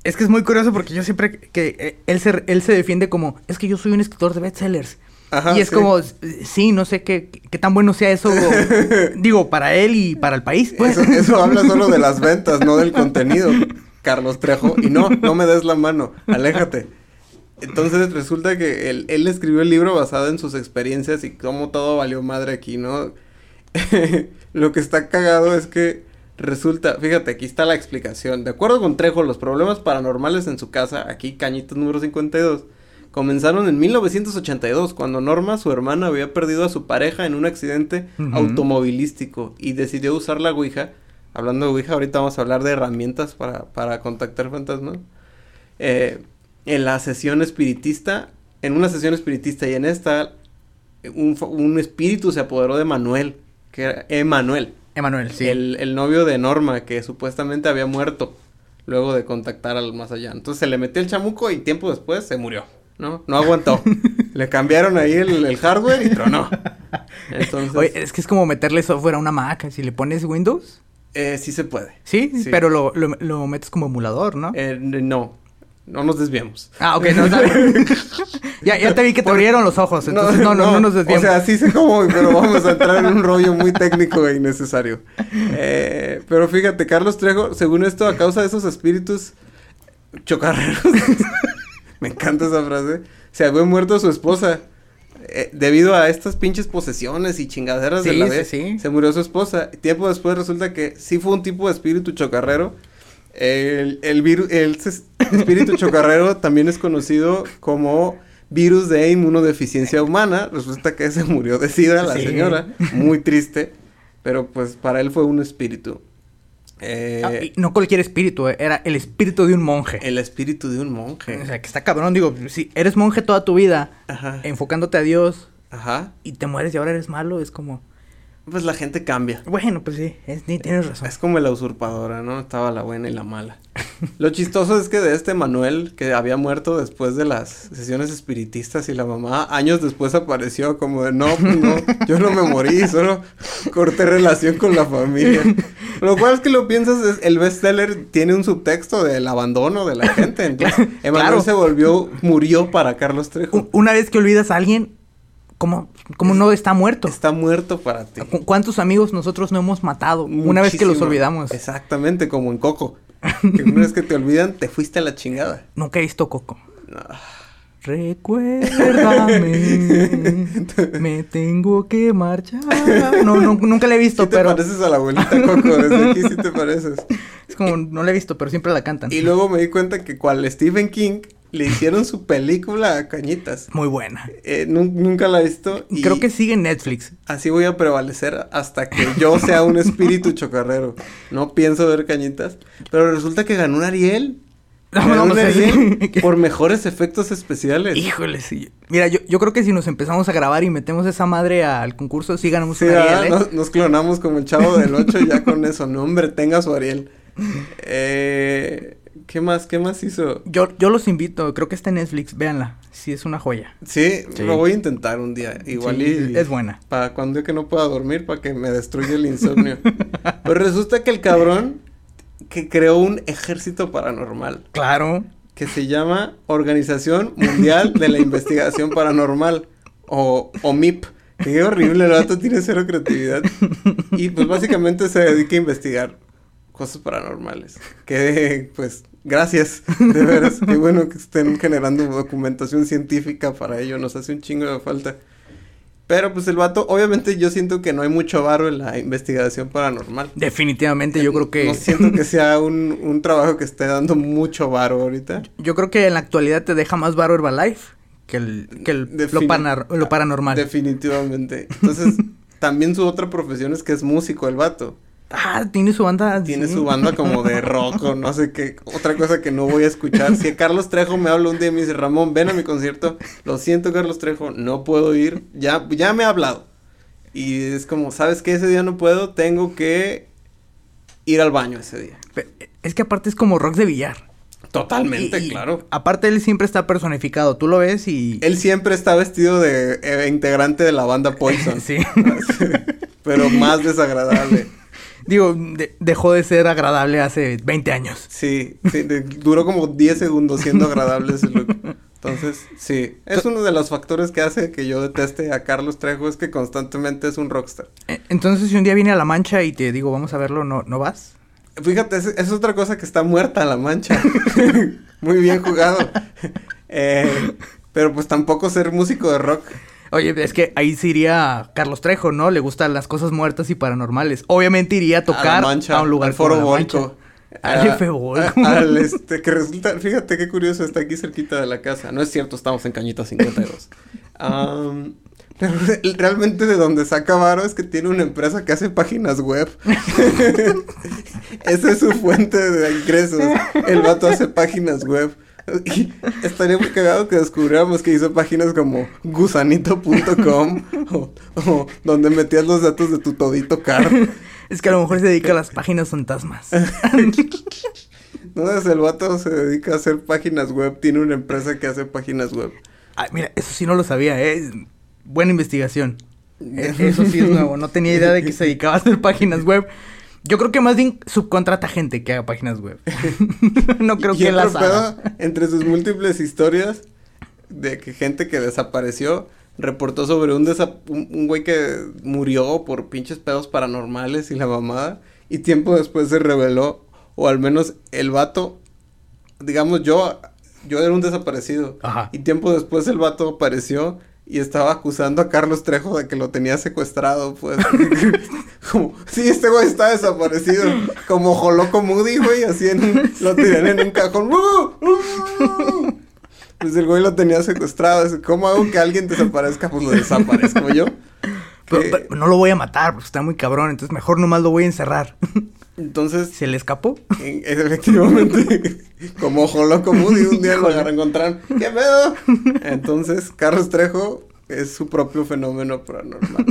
[SPEAKER 2] Es que es muy curioso porque yo siempre que eh, él se, él se defiende como, es que yo soy un escritor de bestsellers.
[SPEAKER 1] Ajá,
[SPEAKER 2] y es
[SPEAKER 1] sí.
[SPEAKER 2] como, sí, no sé qué, qué tan bueno sea eso, o- digo, para él y para el país. pues.
[SPEAKER 1] eso, eso habla solo de las ventas, no del contenido, Carlos Trejo. Y no, no me des la mano, aléjate. Entonces resulta que él, él escribió el libro basado en sus experiencias y cómo todo valió madre aquí, ¿no? Lo que está cagado es que resulta, fíjate, aquí está la explicación. De acuerdo con Trejo, los problemas paranormales en su casa, aquí cañitos número 52, comenzaron en 1982, cuando Norma, su hermana, había perdido a su pareja en un accidente
[SPEAKER 2] Ujú.
[SPEAKER 1] automovilístico y decidió usar la Ouija. Hablando de Ouija, ahorita vamos a hablar de herramientas para, para contactar fantasmas eh, en la sesión espiritista, en una sesión espiritista y en esta, un, fa- un espíritu se apoderó de Manuel, que era Emanuel,
[SPEAKER 2] Emanuel, sí.
[SPEAKER 1] el, el novio de Norma, que supuestamente había muerto luego de contactar al más allá. Entonces se le metió el chamuco y tiempo después se murió, ¿no? No aguantó. le cambiaron ahí el, el hardware y tronó. Entonces,
[SPEAKER 2] Oye, es que es como meterle software a una Mac, si le pones Windows,
[SPEAKER 1] eh, sí se puede.
[SPEAKER 2] sí,
[SPEAKER 1] Sí.
[SPEAKER 2] pero lo, lo, lo metes como emulador, ¿no?
[SPEAKER 1] Eh, no, no nos desviemos.
[SPEAKER 2] Ah, ok, no, no. ya, ya te vi que te abrieron los ojos, entonces no, no, no, nos desviemos.
[SPEAKER 1] O sea, sí sé cómo, voy, pero vamos a entrar en un rollo muy técnico e innecesario. Eh, pero fíjate, Carlos Trejo, según esto, a causa de esos espíritus chocarreros, me encanta esa frase, se había muerto su esposa. eh, debido a estas pinches posesiones y chingaderas de
[SPEAKER 2] Sí,
[SPEAKER 1] la
[SPEAKER 2] sí,
[SPEAKER 1] vez,
[SPEAKER 2] sí.
[SPEAKER 1] se murió su esposa. Tiempo después resulta que sí fue un tipo de espíritu chocarrero. El, el, viru- el ses- espíritu chocarrero también es conocido como virus de inmunodeficiencia humana. Resulta que se murió de sida la
[SPEAKER 2] Sí.
[SPEAKER 1] señora. Muy triste. Pero pues para él fue un espíritu. Eh,
[SPEAKER 2] Ah, y no cualquier espíritu, eh, era el espíritu de un monje.
[SPEAKER 1] el espíritu de un monje. Ah.
[SPEAKER 2] O sea, que está cabrón, digo, si eres monje toda tu vida,
[SPEAKER 1] Ajá.
[SPEAKER 2] enfocándote a Dios
[SPEAKER 1] Ajá.
[SPEAKER 2] y te mueres y ahora eres malo, es como,
[SPEAKER 1] Pues la gente cambia.
[SPEAKER 2] Bueno, pues sí, es- ni tienes razón.
[SPEAKER 1] Es como la usurpadora, ¿no? Estaba la buena y la mala. Lo chistoso es que de este Manuel, que había muerto después de las sesiones espiritistas y la mamá, años después apareció como de, no, pues no, yo no me morí, solo corté relación con la familia. Lo cual es que lo piensas, es, el bestseller tiene un subtexto del abandono de la gente. Entonces, Emanuel
[SPEAKER 2] Claro.
[SPEAKER 1] se volvió, murió para Carlos
[SPEAKER 2] U-
[SPEAKER 1] Trejo.
[SPEAKER 2] Una vez que olvidas a alguien, ¿cómo, cómo no está muerto?
[SPEAKER 1] Está muerto para ti.
[SPEAKER 2] ¿Cu- ¿Cuántos amigos nosotros no hemos matado una vez que los
[SPEAKER 1] Muchísimo.
[SPEAKER 2] olvidamos?
[SPEAKER 1] Exactamente, como en Coco. Que una vez que te olvidan, te fuiste a la chingada.
[SPEAKER 2] Nunca he visto Coco.
[SPEAKER 1] No.
[SPEAKER 2] Recuérdame, me tengo que marchar. No, no, nunca la he visto,
[SPEAKER 1] Sí te
[SPEAKER 2] pero
[SPEAKER 1] pareces a la abuelita Coco, desde aquí sí te pareces.
[SPEAKER 2] es como no la he visto, pero siempre la cantan.
[SPEAKER 1] Y luego me di cuenta que cual Stephen King le hicieron su película a Cañitas.
[SPEAKER 2] Muy buena.
[SPEAKER 1] Eh, nun- nunca la he visto y
[SPEAKER 2] Creo que sigue en Netflix.
[SPEAKER 1] así voy a prevalecer hasta que yo sea un espíritu chocarrero. No pienso ver Cañitas, pero resulta que ganó un Ariel.
[SPEAKER 2] No,
[SPEAKER 1] Ganó
[SPEAKER 2] no,
[SPEAKER 1] un
[SPEAKER 2] no sé,
[SPEAKER 1] Ariel
[SPEAKER 2] sí.
[SPEAKER 1] por mejores efectos especiales.
[SPEAKER 2] Híjole, sí. Mira, yo, yo creo que si nos empezamos a grabar y metemos esa madre al concurso, sí ganamos
[SPEAKER 1] Sí,
[SPEAKER 2] una
[SPEAKER 1] ¿verdad?
[SPEAKER 2] Ariel, ¿eh?
[SPEAKER 1] nos, nos clonamos como el chavo del 8 ya con eso. No, hombre, tenga su Ariel. Eh, ¿Qué más? ¿Qué más hizo?
[SPEAKER 2] Yo, yo los invito, creo que está en Netflix, véanla. Sí, es una joya.
[SPEAKER 1] Sí,
[SPEAKER 2] Sí.
[SPEAKER 1] lo voy a intentar un día. Igual
[SPEAKER 2] Sí,
[SPEAKER 1] y...
[SPEAKER 2] Es buena.
[SPEAKER 1] Para cuando yo que no pueda dormir, para que me destruya el insomnio. Pero resulta que el cabrón que creó un ejército paranormal
[SPEAKER 2] Claro.
[SPEAKER 1] que se llama Organización Mundial de la Investigación Paranormal o OMIP. Qué horrible, el vato tiene cero creatividad. Y pues básicamente se dedica a investigar cosas paranormales. Que pues gracias, de veras. Qué bueno que estén generando documentación científica para ello, nos hace un chingo de falta. Pero pues el vato, obviamente yo siento que no hay mucho varo en la investigación paranormal.
[SPEAKER 2] Definitivamente, yo creo que.
[SPEAKER 1] No siento que sea un, un trabajo que esté dando mucho varo ahorita.
[SPEAKER 2] Yo creo que en la actualidad te deja más varo Herbalife que, el, que el- lo,
[SPEAKER 1] Defini-
[SPEAKER 2] panar- lo paranormal.
[SPEAKER 1] Definitivamente. Entonces, también su otra profesión es que es músico el vato.
[SPEAKER 2] ah, tiene su banda.
[SPEAKER 1] Tiene
[SPEAKER 2] sí.
[SPEAKER 1] su banda como de rock o no sé qué. Otra cosa que no voy a escuchar. Si Carlos Trejo me habla un día y me dice, Ramón, ven a mi concierto. Lo siento, Carlos Trejo, no puedo ir. Ya, ya me ha hablado. Y es como, ¿sabes qué? Ese día no puedo, tengo que ir al baño ese día.
[SPEAKER 2] Pe- Es que aparte es como rock de billar.
[SPEAKER 1] Totalmente,
[SPEAKER 2] Y- y
[SPEAKER 1] claro.
[SPEAKER 2] Aparte, él siempre está personificado. Tú lo ves y.
[SPEAKER 1] Él siempre está vestido de eh, integrante de la banda Poison.
[SPEAKER 2] Sí.
[SPEAKER 1] Pero más desagradable.
[SPEAKER 2] Digo, de- dejó de ser agradable hace 20 años.
[SPEAKER 1] Sí, sí, de- duró como 10 segundos siendo agradable ese look. Entonces, sí, es uno de los factores que hace que yo deteste a Carlos Trejo, es que constantemente es un rockstar.
[SPEAKER 2] E- Entonces, si un día viene a La Mancha y te digo, vamos a verlo, ¿no, ¿no vas?
[SPEAKER 1] Fíjate, es, es otra cosa que está muerta la mancha. Muy bien jugado. Eh, pero pues tampoco ser músico de rock.
[SPEAKER 2] Oye, es que ahí sí iría Carlos Trejo, ¿no? Le gustan las cosas muertas y paranormales. Obviamente iría a
[SPEAKER 1] a,
[SPEAKER 2] tocar
[SPEAKER 1] La
[SPEAKER 2] a,
[SPEAKER 1] Mancha,
[SPEAKER 2] un lugar
[SPEAKER 1] al Foro
[SPEAKER 2] como La Mancha.
[SPEAKER 1] Boico.
[SPEAKER 2] Al
[SPEAKER 1] a-
[SPEAKER 2] F. Boico.
[SPEAKER 1] a- Al este, que resulta, fíjate qué curioso, está aquí cerquita de la casa. No es cierto, estamos en Cañita 52. Am, pero re- realmente de donde saca Varo es que tiene una empresa que hace páginas web. Esa es su fuente de ingresos. El vato hace páginas web. Y estaría muy cagado que descubriéramos que hizo páginas como gusanito.com o, o donde metías los datos de tu todito car.
[SPEAKER 2] Es que a lo mejor se dedica a las páginas fantasmas.
[SPEAKER 1] Entonces el vato se dedica a hacer páginas web, tiene una empresa que hace páginas web.
[SPEAKER 2] Ah, mira, eso sí no lo sabía, ¿eh? Buena investigación.
[SPEAKER 1] Eh,
[SPEAKER 2] E- Eso sí es nuevo. No tenía idea de que se dedicaba a hacer páginas web. Yo creo que más bien subcontrata gente que haga páginas web. no creo
[SPEAKER 1] Y
[SPEAKER 2] que
[SPEAKER 1] otro
[SPEAKER 2] las haga.
[SPEAKER 1] pedo, entre sus múltiples historias de que gente que desapareció reportó sobre un, desa- un, un güey que murió por pinches pedos paranormales y la mamada y tiempo después se reveló o al menos el vato digamos yo yo era un desaparecido
[SPEAKER 2] Ajá.
[SPEAKER 1] y tiempo después el vato apareció y estaba acusando a Carlos Trejo de que lo tenía secuestrado, pues. como, sí, este güey está desaparecido. Como Joloco Moody, güey, así en un- lo tiran en un cajón. ¡Uh! pues el güey lo tenía secuestrado. así, ¿Cómo hago que alguien desaparezca? Pues lo desaparezco yo.
[SPEAKER 2] Pero-
[SPEAKER 1] que-
[SPEAKER 2] pero no lo voy a matar porque está muy cabrón. Entonces mejor nomás lo voy a encerrar.
[SPEAKER 1] Entonces,
[SPEAKER 2] ¿Se le escapó?
[SPEAKER 1] En- Efectivamente, como ojo loco Moody, un día lo agarran- encontraron. ¡Qué pedo! Entonces, Carlos Trejo es su propio fenómeno paranormal.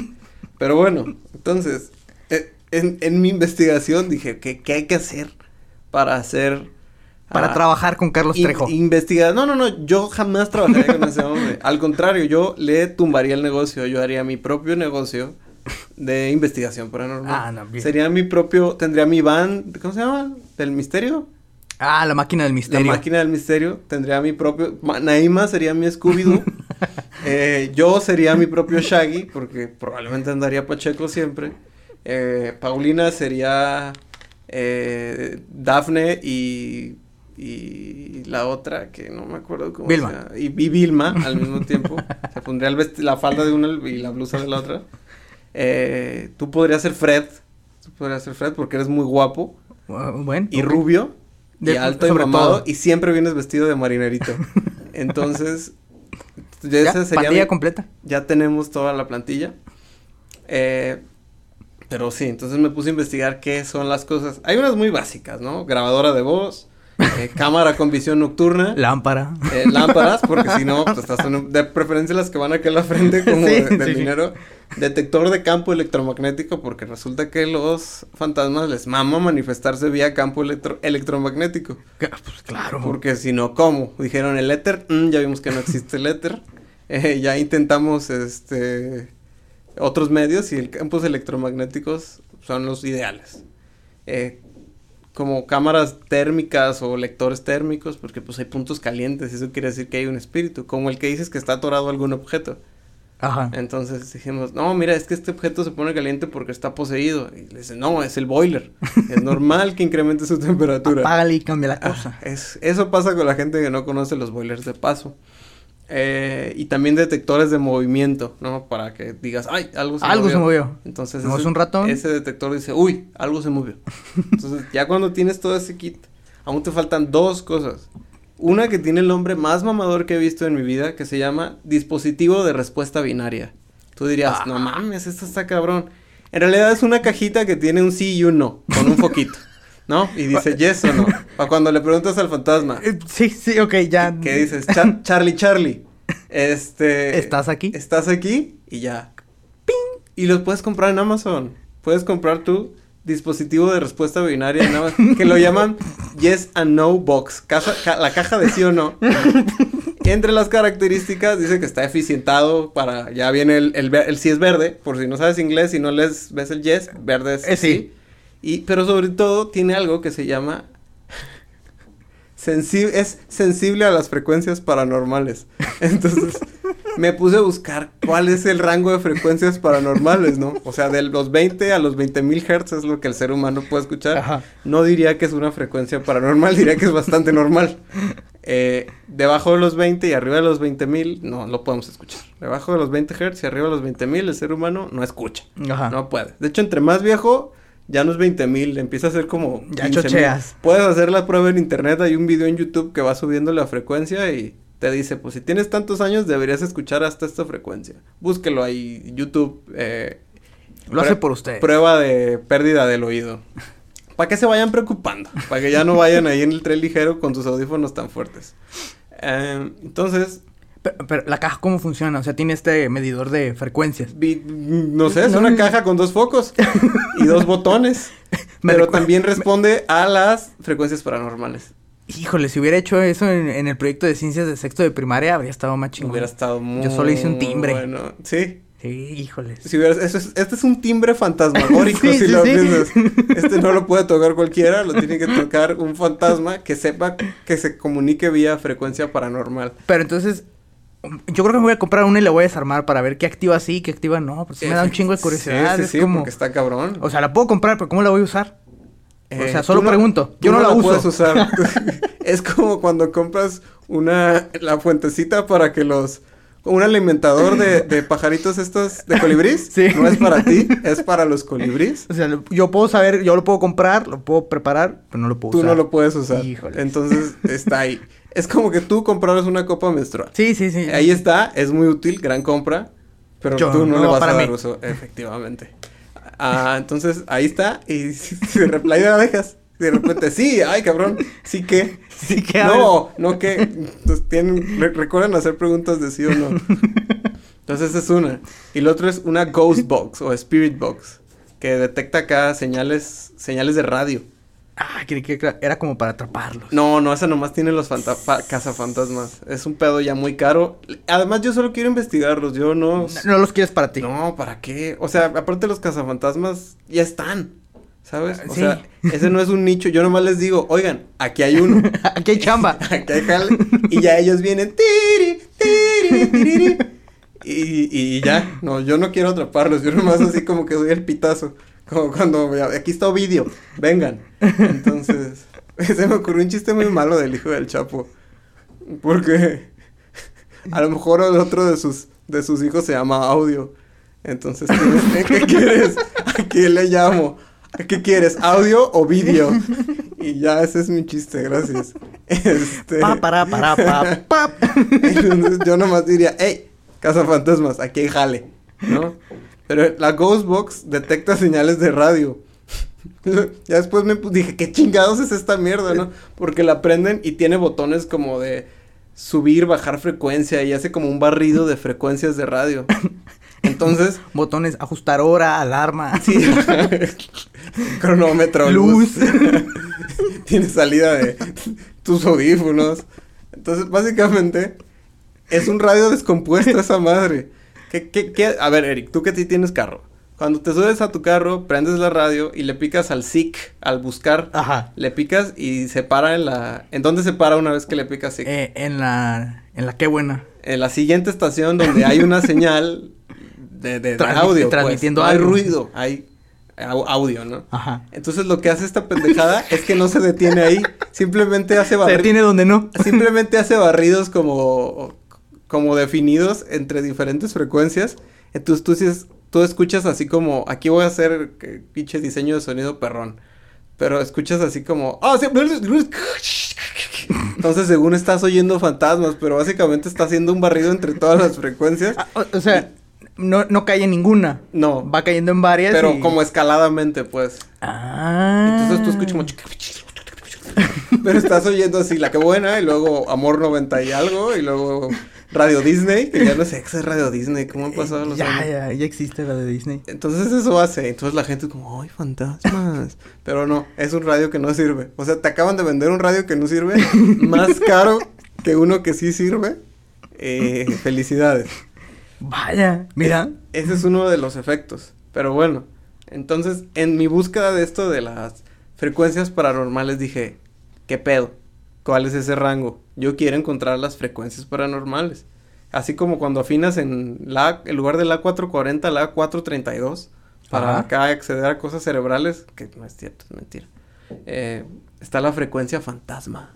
[SPEAKER 1] Pero bueno, Entonces, eh, en, en mi investigación dije, ¿qué, qué hay que hacer para hacer...
[SPEAKER 2] Para
[SPEAKER 1] ah,
[SPEAKER 2] trabajar con Carlos
[SPEAKER 1] in-
[SPEAKER 2] Trejo.
[SPEAKER 1] investigar. No, no, no, yo jamás trabajaría con ese hombre. Al contrario, yo le tumbaría el negocio, yo haría mi propio negocio de investigación paranormal.
[SPEAKER 2] Ah, no, bien.
[SPEAKER 1] Sería mi propio, tendría mi van, ¿cómo se llama? ¿Del misterio?
[SPEAKER 2] Ah, la máquina del misterio.
[SPEAKER 1] La máquina del misterio. Tendría mi propio. Ma- Naima sería mi Scooby-Doo. Eh, yo sería mi propio Shaggy, porque probablemente andaría Pacheco siempre. Eh, Paulina sería eh, Dafne y, y la otra, que no me acuerdo cómo
[SPEAKER 2] Vilma.
[SPEAKER 1] se llama. Y, y Vilma al mismo tiempo. Se pondría el vesti- la falda de una y la blusa de la otra. Eh, tú podrías ser Fred. Tú podrías ser Fred porque eres muy guapo
[SPEAKER 2] Bu- Ah, Bueno.
[SPEAKER 1] y rubio y
[SPEAKER 2] De-
[SPEAKER 1] alto y
[SPEAKER 2] sobre
[SPEAKER 1] mamado
[SPEAKER 2] todo.
[SPEAKER 1] y siempre vienes vestido de marinerito. Entonces, ya,
[SPEAKER 2] Ya,
[SPEAKER 1] esa sería
[SPEAKER 2] pandilla
[SPEAKER 1] mi-
[SPEAKER 2] completa.
[SPEAKER 1] ya tenemos toda la plantilla. Eh, pero sí, entonces me puse a investigar qué son las cosas. Hay unas muy básicas, ¿no? Grabadora de voz, eh, cámara con visión nocturna.
[SPEAKER 2] Lámpara.
[SPEAKER 1] eh, lámparas, porque si no, pues estás en un- de preferencia las que van aquí a la frente como
[SPEAKER 2] Sí,
[SPEAKER 1] de- del
[SPEAKER 2] sí, sí.
[SPEAKER 1] dinero. Detector de campo electromagnético, porque resulta que los fantasmas les mama manifestarse vía campo electro- electromagnético.
[SPEAKER 2] Que- Pues claro.
[SPEAKER 1] Porque si no, ¿cómo? Dijeron el éter, mm, ya vimos que no existe el éter. Eh, ya intentamos este otros medios y el campos electromagnéticos son los ideales. Eh, como cámaras térmicas o lectores térmicos, porque pues hay puntos calientes, eso quiere decir que hay un espíritu, como el que dices que está atorado a algún objeto.
[SPEAKER 2] Ajá.
[SPEAKER 1] Entonces dijimos, no, mira, es que este objeto se pone caliente porque está poseído. Y le dicen, no, es el boiler. Es normal que incremente su temperatura.
[SPEAKER 2] Págale y cambia la
[SPEAKER 1] Ah,
[SPEAKER 2] cosa.
[SPEAKER 1] es- eso pasa con la gente que no conoce los boilers de paso. Eh, y también detectores de movimiento, ¿no? Para que digas, ay, algo se
[SPEAKER 2] Algo
[SPEAKER 1] movió.
[SPEAKER 2] se movió.
[SPEAKER 1] Entonces,
[SPEAKER 2] ¿No es un ratón?
[SPEAKER 1] ese detector dice, uy, algo se movió. Entonces, ya cuando tienes todo ese kit, aún te faltan dos cosas. Una que tiene el nombre más mamador que he visto en mi vida, que se llama dispositivo de respuesta binaria. Tú dirías,
[SPEAKER 2] Ah.
[SPEAKER 1] no mames, esto está cabrón. En realidad es una cajita que tiene un sí y un no, con un foquito, ¿no? Y dice yes o no. Para cuando le preguntas al fantasma,
[SPEAKER 2] Eh, Sí, sí, ok, ya.
[SPEAKER 1] que dices, "Char- Charlie, Charlie, este...
[SPEAKER 2] ¿Estás aquí?
[SPEAKER 1] Estás aquí y ya. ¡Ping! Y los puedes comprar en Amazon. Puedes comprar tu dispositivo de respuesta binaria en Amazon, que lo llaman Yes and No Box, caja- ca- la caja de sí o no. Entre las características dice que está eficientado para, ya viene el, el, ver- el sí es verde, por si no sabes inglés y no les ves el yes, verde es
[SPEAKER 2] Eh, sí.
[SPEAKER 1] sí. Y, pero sobre todo tiene algo que se llama sensi- es sensible a las frecuencias paranormales. Entonces, me puse a buscar cuál es el rango de frecuencias paranormales, ¿no? O sea, de los 20 a los 20 mil hertz es lo que el ser humano puede escuchar.
[SPEAKER 2] Ajá.
[SPEAKER 1] No diría que es una frecuencia paranormal, diría que es bastante normal. Eh, debajo de los 20 y arriba de los 20 mil, no lo podemos escuchar. Debajo de los 20 hertz y arriba de los 20 mil, el ser humano no escucha.
[SPEAKER 2] Ajá.
[SPEAKER 1] No puede. De hecho, entre más viejo, ya no es 20 mil, empieza a ser como.
[SPEAKER 2] Ya
[SPEAKER 1] 15,000.
[SPEAKER 2] chocheas.
[SPEAKER 1] Puedes hacer la prueba en internet, hay un video en YouTube que va subiendo la frecuencia y te dice, pues si tienes tantos años deberías escuchar hasta esta frecuencia. Búsquelo ahí, YouTube. eh,
[SPEAKER 2] Lo hace
[SPEAKER 1] prue-
[SPEAKER 2] por ustedes.
[SPEAKER 1] Prueba de pérdida del oído. Para que se vayan preocupando, para que ya no vayan ahí en el tren ligero con sus audífonos tan fuertes. Eh, entonces,
[SPEAKER 2] Pero, pero, la caja, ¿cómo funciona? O sea, tiene este medidor de frecuencias.
[SPEAKER 1] vi- no sé, es
[SPEAKER 2] No,
[SPEAKER 1] una
[SPEAKER 2] no.
[SPEAKER 1] caja con dos focos y dos botones.
[SPEAKER 2] Me
[SPEAKER 1] pero
[SPEAKER 2] recu-
[SPEAKER 1] también responde a las frecuencias paranormales.
[SPEAKER 2] Híjole, si hubiera hecho eso en, en el proyecto de ciencias de sexto de primaria, habría estado más chingón.
[SPEAKER 1] Hubiera estado muy
[SPEAKER 2] Yo solo hice un timbre.
[SPEAKER 1] Bueno, sí.
[SPEAKER 2] Sí, híjole.
[SPEAKER 1] Si hubieras- eso es- este es un timbre fantasmagórico,
[SPEAKER 2] Sí,
[SPEAKER 1] si
[SPEAKER 2] sí,
[SPEAKER 1] lo
[SPEAKER 2] sí.
[SPEAKER 1] piensas. Este no lo puede tocar cualquiera, lo tiene que tocar un fantasma que sepa que se comunique vía frecuencia paranormal.
[SPEAKER 2] Pero entonces, yo creo que me voy a comprar una y la voy a desarmar para ver qué activa sí, qué activa no. Porque sí me da un chingo de curiosidad.
[SPEAKER 1] Sí, sí,
[SPEAKER 2] es
[SPEAKER 1] sí,
[SPEAKER 2] como-
[SPEAKER 1] porque está cabrón.
[SPEAKER 2] O sea, la puedo comprar, pero ¿cómo la voy a usar? o
[SPEAKER 1] Eh,
[SPEAKER 2] sea, solo
[SPEAKER 1] tú no-
[SPEAKER 2] pregunto.
[SPEAKER 1] tú
[SPEAKER 2] Yo no, la, uso.
[SPEAKER 1] puedes usar. es como cuando compras una la fuentecita para que los un alimentador de, de pajaritos estos de colibrís
[SPEAKER 2] Sí.
[SPEAKER 1] no es para ti, es para los colibrís.
[SPEAKER 2] O sea, lo- yo puedo saber, yo lo puedo comprar, lo puedo preparar, pero no lo puedo
[SPEAKER 1] Tú
[SPEAKER 2] usar.
[SPEAKER 1] no lo puedes usar.
[SPEAKER 2] Híjole.
[SPEAKER 1] Entonces está ahí. Es como que tú compraras una copa menstrual.
[SPEAKER 2] Sí, sí, sí.
[SPEAKER 1] Ahí está, es muy útil, gran compra, pero
[SPEAKER 2] Yo
[SPEAKER 1] tú no,
[SPEAKER 2] no,
[SPEAKER 1] le vas
[SPEAKER 2] para
[SPEAKER 1] a dar
[SPEAKER 2] mí.
[SPEAKER 1] uso, efectivamente. Ah, entonces ahí está y si, si de repente ahí la dejas. De repente, sí, ay cabrón, sí que.
[SPEAKER 2] Sí que a
[SPEAKER 1] No, no que. Entonces, tienen, re- recuerden hacer preguntas de sí o no. Entonces esa es una. Y el otro es una ghost box o spirit box. que detecta acá señales, señales de radio.
[SPEAKER 2] Ah, creí que era- era como para atraparlos.
[SPEAKER 1] No, no, esa nomás tiene los fanta- fa- cazafantasmas. Es un pedo ya muy caro. Además, yo solo quiero investigarlos, yo no...
[SPEAKER 2] No, no los quieres para ti.
[SPEAKER 1] No, ¿para qué? O sea, aparte los cazafantasmas ya están, ¿sabes?
[SPEAKER 2] Ah,
[SPEAKER 1] O
[SPEAKER 2] sí.
[SPEAKER 1] sea, ese no es un nicho. Yo nomás les digo, oigan, aquí hay uno.
[SPEAKER 2] Aquí hay chamba.
[SPEAKER 1] Aquí hay jale. Y ya ellos vienen. tiri, tiri, tiriri. Y, y ya. No, yo no quiero atraparlos. Yo nomás así como que doy el pitazo. Como cuando me- aquí está Ovidio. Vengan. Entonces, se me ocurrió un chiste muy malo del hijo del Chapo. Porque a lo mejor el otro de sus, de sus hijos se llama Audio. Entonces, ¿qué, qué quieres? ¿A qué le llamo? ¿A qué quieres? ¿Audio o vídeo? Y ya, ese es mi chiste, gracias. Este...
[SPEAKER 2] Pa, para, para, pa, pa.
[SPEAKER 1] Entonces, yo nomás diría, hey, cazafantasmas, aquí hay jale, ¿no? Pero la Ghost Box detecta señales de radio. ya después me pu- dije, ¿qué chingados es esta mierda, no? Porque la prenden y tiene botones como de subir, bajar frecuencia y hace como un barrido de frecuencias de radio. Entonces,
[SPEAKER 2] Botones, ajustar hora, alarma.
[SPEAKER 1] sí. cronómetro,
[SPEAKER 2] Luz.
[SPEAKER 1] tiene salida de tus audífonos. Entonces, básicamente, es un radio descompuesto esa madre. ¿Qué, qué, qué? A ver, Eric, tú que sí tienes carro. Cuando te subes a tu carro, prendes la radio y le picas al SIC, al buscar.
[SPEAKER 2] Ajá.
[SPEAKER 1] Le picas y se para en la... ¿En dónde se para una vez que le picas SIC?
[SPEAKER 2] Eh, en la. En la qué buena.
[SPEAKER 1] En la siguiente estación donde hay una señal de, de- de
[SPEAKER 2] Transmi-
[SPEAKER 1] audio.
[SPEAKER 2] transmitiendo
[SPEAKER 1] pues. No
[SPEAKER 2] algo.
[SPEAKER 1] hay ruido, hay au- audio, ¿no?
[SPEAKER 2] Ajá.
[SPEAKER 1] Entonces lo que hace esta pendejada es que no se detiene ahí, simplemente hace
[SPEAKER 2] Se
[SPEAKER 1] barri-
[SPEAKER 2] detiene donde no.
[SPEAKER 1] simplemente hace barridos como como definidos entre diferentes frecuencias. Entonces tú dices- tú escuchas así como aquí voy a hacer eh, pinche diseño de sonido perrón. Pero escuchas así como "Ah, sí, blu- blu- blu-". entonces según estás oyendo fantasmas, pero básicamente está haciendo un barrido entre todas las frecuencias,
[SPEAKER 2] Ah, O, o sea, no, no cae en ninguna.
[SPEAKER 1] No.
[SPEAKER 2] Va cayendo en varias.
[SPEAKER 1] pero
[SPEAKER 2] y-
[SPEAKER 1] como escaladamente, pues.
[SPEAKER 2] Ah.
[SPEAKER 1] Entonces tú escuchas como... Pero estás oyendo así La Que Buena y luego Amor 90 y algo y luego Radio Disney, que ya no sé qué es Radio Disney, cómo han pasado los
[SPEAKER 2] Eh, Ya,
[SPEAKER 1] años.
[SPEAKER 2] ya, ya existe la de Disney.
[SPEAKER 1] Entonces eso hace, entonces la gente es como, ¡ay, fantasmas! Pero no, es un radio que no sirve. O sea, te acaban de vender un radio que no sirve más caro que uno que sí sirve. Eh, felicidades.
[SPEAKER 2] Vaya, mira.
[SPEAKER 1] Ese es uno de los efectos. Pero bueno, entonces en mi búsqueda de esto de las frecuencias paranormales dije, ¿qué pedo? ¿Cuál es ese rango? Yo quiero encontrar las frecuencias paranormales. Así como cuando afinas en la, en lugar de la 440, la 432, para
[SPEAKER 2] Ajá.
[SPEAKER 1] acá acceder a cosas cerebrales, que no es cierto, es mentira. Eh, está la frecuencia fantasma.